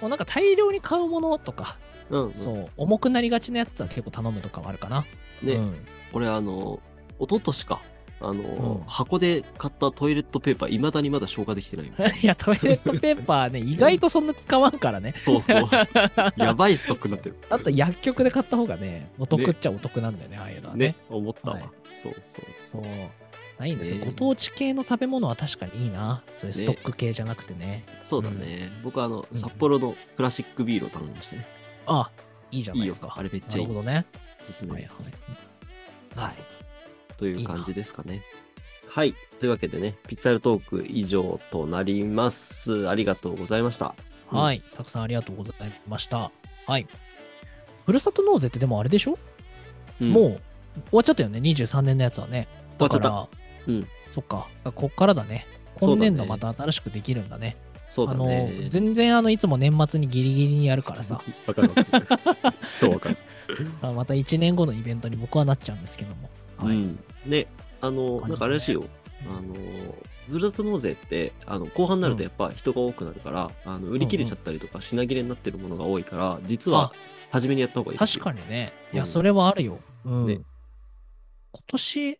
Speaker 1: もうなんか大量に買うものとか、
Speaker 2: うんうん。うん
Speaker 1: そう、重くなりがちなやつは結構頼むとかはあるかな。
Speaker 2: ね、
Speaker 1: うん、 (laughs)
Speaker 2: 俺あの、一昨年か。あの、
Speaker 1: うん
Speaker 2: 箱で買ったトイレットペーパー、いまだにまだ消化できてないよ
Speaker 1: (laughs) いや、トイレットペーパ
Speaker 2: (laughs)
Speaker 1: ーね、意外とそんな使わんからね。
Speaker 2: そうそう。やばいストックになってる。
Speaker 1: (laughs) あと薬局で買った方がね、お得っちゃお得なんだよね、ああいうのはね。
Speaker 2: ね、思ったわ。
Speaker 1: はい
Speaker 2: そうそうそ
Speaker 1: そうう。。ないんですよ、
Speaker 2: ね
Speaker 1: ご当地系の食べ物は確かにいいな。そういうストック系じゃなくてね。
Speaker 2: そうだね。僕はあの、
Speaker 1: うん
Speaker 2: 札幌のクラシックビールを頼みましたね。
Speaker 1: あいいじゃない
Speaker 2: いい
Speaker 1: で
Speaker 2: よ
Speaker 1: すか。。
Speaker 2: あれめっ
Speaker 1: な
Speaker 2: ちゃい
Speaker 1: る
Speaker 2: い
Speaker 1: ほ。どね。
Speaker 2: おすすめです。
Speaker 1: はいはい
Speaker 2: という感じですかね。はい。というわけでね、ピッツァルトーク以上となります。ありがとうございました。うん
Speaker 1: はい。たくさんありがとうございました。はい。ふるさと納税ってでもあれでしょ、
Speaker 2: うん
Speaker 1: もう終わっちゃったよね。23年のやつはね。
Speaker 2: 終わ
Speaker 1: だか
Speaker 2: っちゃった。
Speaker 1: ら、
Speaker 2: うん
Speaker 1: そっか。こっからだね。
Speaker 2: そうだね
Speaker 1: 今年度また新しくできるんだね。
Speaker 2: そうだ
Speaker 1: あの、
Speaker 2: ね。
Speaker 1: 全然あの、いつも年末にギリギリにやるからさ、
Speaker 2: わかるわか
Speaker 1: (laughs)
Speaker 2: る。そうわかる。
Speaker 1: あまた1年後のイベントに僕はなっちゃうんですけども。はい。
Speaker 2: うんで、あの、なんかあれらしいよ。あの、ふるさと納税って、あの、後半になるとやっぱ人が多くなるから、あの、売り切れちゃったりとか品切れになってるものが多いから、実は
Speaker 1: あ、
Speaker 2: 初めにやった方がいいらしい
Speaker 1: 確
Speaker 2: よ。
Speaker 1: かにね。いうや、
Speaker 2: ん
Speaker 1: それはあるよ。うん。
Speaker 2: ね
Speaker 1: 今年、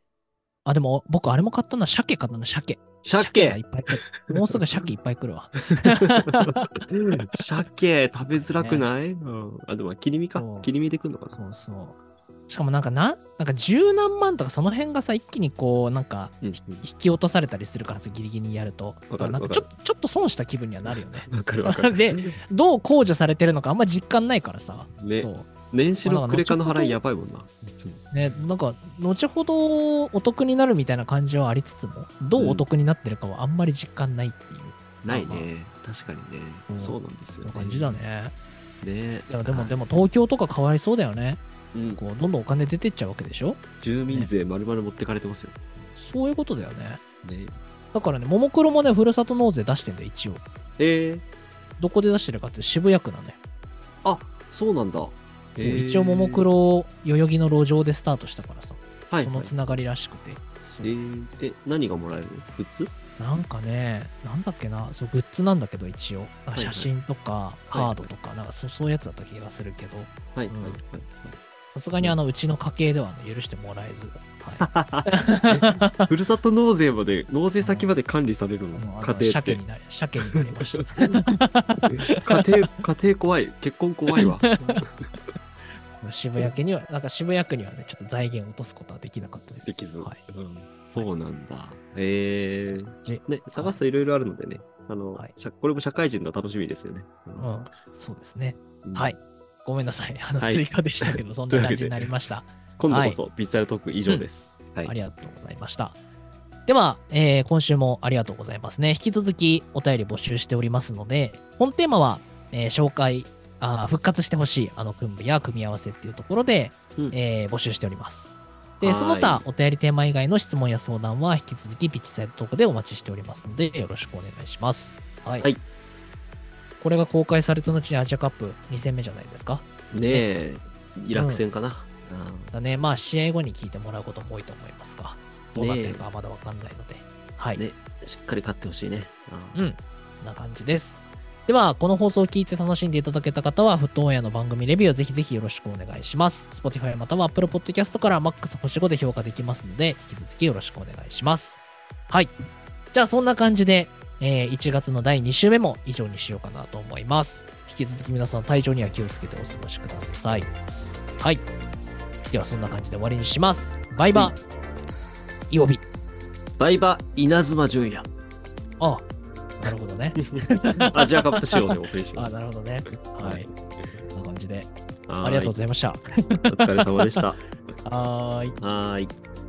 Speaker 1: あ、でも僕あれも買ったな。鮭買ったな、鮭。がい
Speaker 2: 鮭
Speaker 1: っぱい来る。もうすぐ鮭いっぱい来る
Speaker 2: (laughs)
Speaker 1: わ。
Speaker 2: 鮭食べづらくない、うん。あ、でも切り身か
Speaker 1: そう。
Speaker 2: 切り身でくんのかな。
Speaker 1: そうそう。しかもなんかな、なんか十何万とかその辺がさ、一気にこう、なんか、
Speaker 2: うん
Speaker 1: 引き落とされたりするからさ、ギリギリにやると。
Speaker 2: わかる
Speaker 1: なんか
Speaker 2: わか
Speaker 1: ち
Speaker 2: る
Speaker 1: ょちょっと損した気分にはなるよね。
Speaker 2: わかるわかる。
Speaker 1: (laughs) で、どう控除されてるのかあんま実感ないからさ。
Speaker 2: ね
Speaker 1: そう。
Speaker 2: 年始のクレカの
Speaker 1: まあ
Speaker 2: 払いやばいもんな。いつも
Speaker 1: ね、なんか、後ほどお得になるみたいな感じはありつつも、どうお得になってるかはあんまり実感ないっていう
Speaker 2: ないね。確かにね。
Speaker 1: そ
Speaker 2: そううなんですよ、ね。
Speaker 1: 感じだ。ね。
Speaker 2: ね
Speaker 1: いや、でも、で
Speaker 2: も、
Speaker 1: も東京とかかわいそうだよね。
Speaker 2: うん、
Speaker 1: こう、どんどんお金出てっちゃうわけでしょ
Speaker 2: 住民税丸々持ってかれてますよ。
Speaker 1: そういうことだよね。
Speaker 2: ね
Speaker 1: だからね、ももクロもね、ふるさと納税出してんだよ、一応。
Speaker 2: えー、
Speaker 1: どこで出してるかって渋谷区なんだよ。
Speaker 2: そうなんだ。えー
Speaker 1: 一応、ももクロ、代々木の路上でスタートしたからさ、
Speaker 2: はい、
Speaker 1: そ
Speaker 2: は
Speaker 1: の
Speaker 2: い
Speaker 1: つながりらしくて。
Speaker 2: えーえ、何がもらえるのグッズ
Speaker 1: なんかね、なんだっけな、そうグッズなんだけど、一応、なんか写真とか
Speaker 2: はい
Speaker 1: カ
Speaker 2: は
Speaker 1: ー
Speaker 2: い
Speaker 1: ドとか、なんかそそういうやつだった気がするけど、
Speaker 2: はい、
Speaker 1: うん
Speaker 2: はい、はい。
Speaker 1: さすがにあのうちの家系では、ね、許してもらえず、は
Speaker 2: ふるさと納税まで、納税先まで管理される
Speaker 1: い、
Speaker 2: (laughs) の
Speaker 1: もうあの
Speaker 2: 家庭っ
Speaker 1: 鮭
Speaker 2: て
Speaker 1: に。なり鮭になりました。
Speaker 2: 家庭、家庭怖い。結婚怖い
Speaker 1: (laughs)
Speaker 2: わ。
Speaker 1: 渋谷家には、なんか渋谷区にはね、ちょっと財源を落とすことはできなかったです。
Speaker 2: できず。
Speaker 1: はい、
Speaker 2: うんそうなんだ。えー、
Speaker 1: じ
Speaker 2: ね、探すといろいろあるのでね、あの、
Speaker 1: はい
Speaker 2: しゃこれも社会人の楽しみですよね。
Speaker 1: うん、そうですね。
Speaker 2: うん
Speaker 1: はい。ごめんなさい、あの
Speaker 2: はい
Speaker 1: 追加でしたけど、そんな感じになりました。
Speaker 2: 今度こそ、ビジタルトーク以上です。はい。
Speaker 1: ありがとうございました。では、えー今週もありがとうございますね。引き続きお便り募集しておりますので、本テーマは、えー紹介あー、復活してほしいあの組部や組み合わせっていうところで、
Speaker 2: うん
Speaker 1: えー募集しております。
Speaker 2: は
Speaker 1: で、
Speaker 2: ーい
Speaker 1: その他、お便りテーマ以外の質問や相談は、引き続きピッチサイト投稿でお待ちしておりますので、よろしくお願いします。はい。
Speaker 2: はい
Speaker 1: これが公開された後にアジアカップ2戦目じゃないですか。
Speaker 2: ねえ、イラク戦かな。うん
Speaker 1: だね、まあ、試合後に聞いてもらうことも多いと思いますが、どうなってるかはまだわかんないので、はい。
Speaker 2: ねしっかり勝ってほしいね。
Speaker 1: うん。こんな感じです。では、この放送を聞いて楽しんでいただけた方は、フットオンエアの番組レビューをぜひぜひよろしくお願いします。Spotify または Apple Podcast から MAX 星5で評価できますので、引き続きよろしくお願いします。はい。じゃあ、そんな感じで、えー1月の第2週目も以上にしようかなと思います。引き続き皆さん、体調には気をつけてお過ごしください。はい。では、そんな感じで終わりにします。バイバイ。曜日。
Speaker 2: バイバ、稲妻純也。
Speaker 1: ああ、なるほどね。
Speaker 2: アジアカップ仕様でお送りし
Speaker 1: あ (laughs)
Speaker 2: ま
Speaker 1: あ、
Speaker 2: す。
Speaker 1: なるほどね。
Speaker 2: は
Speaker 1: はい
Speaker 2: い。。
Speaker 1: こんな感じで。
Speaker 2: は
Speaker 1: ありがとうございました。
Speaker 2: お疲れ様でした。
Speaker 1: はーい。
Speaker 2: はーい。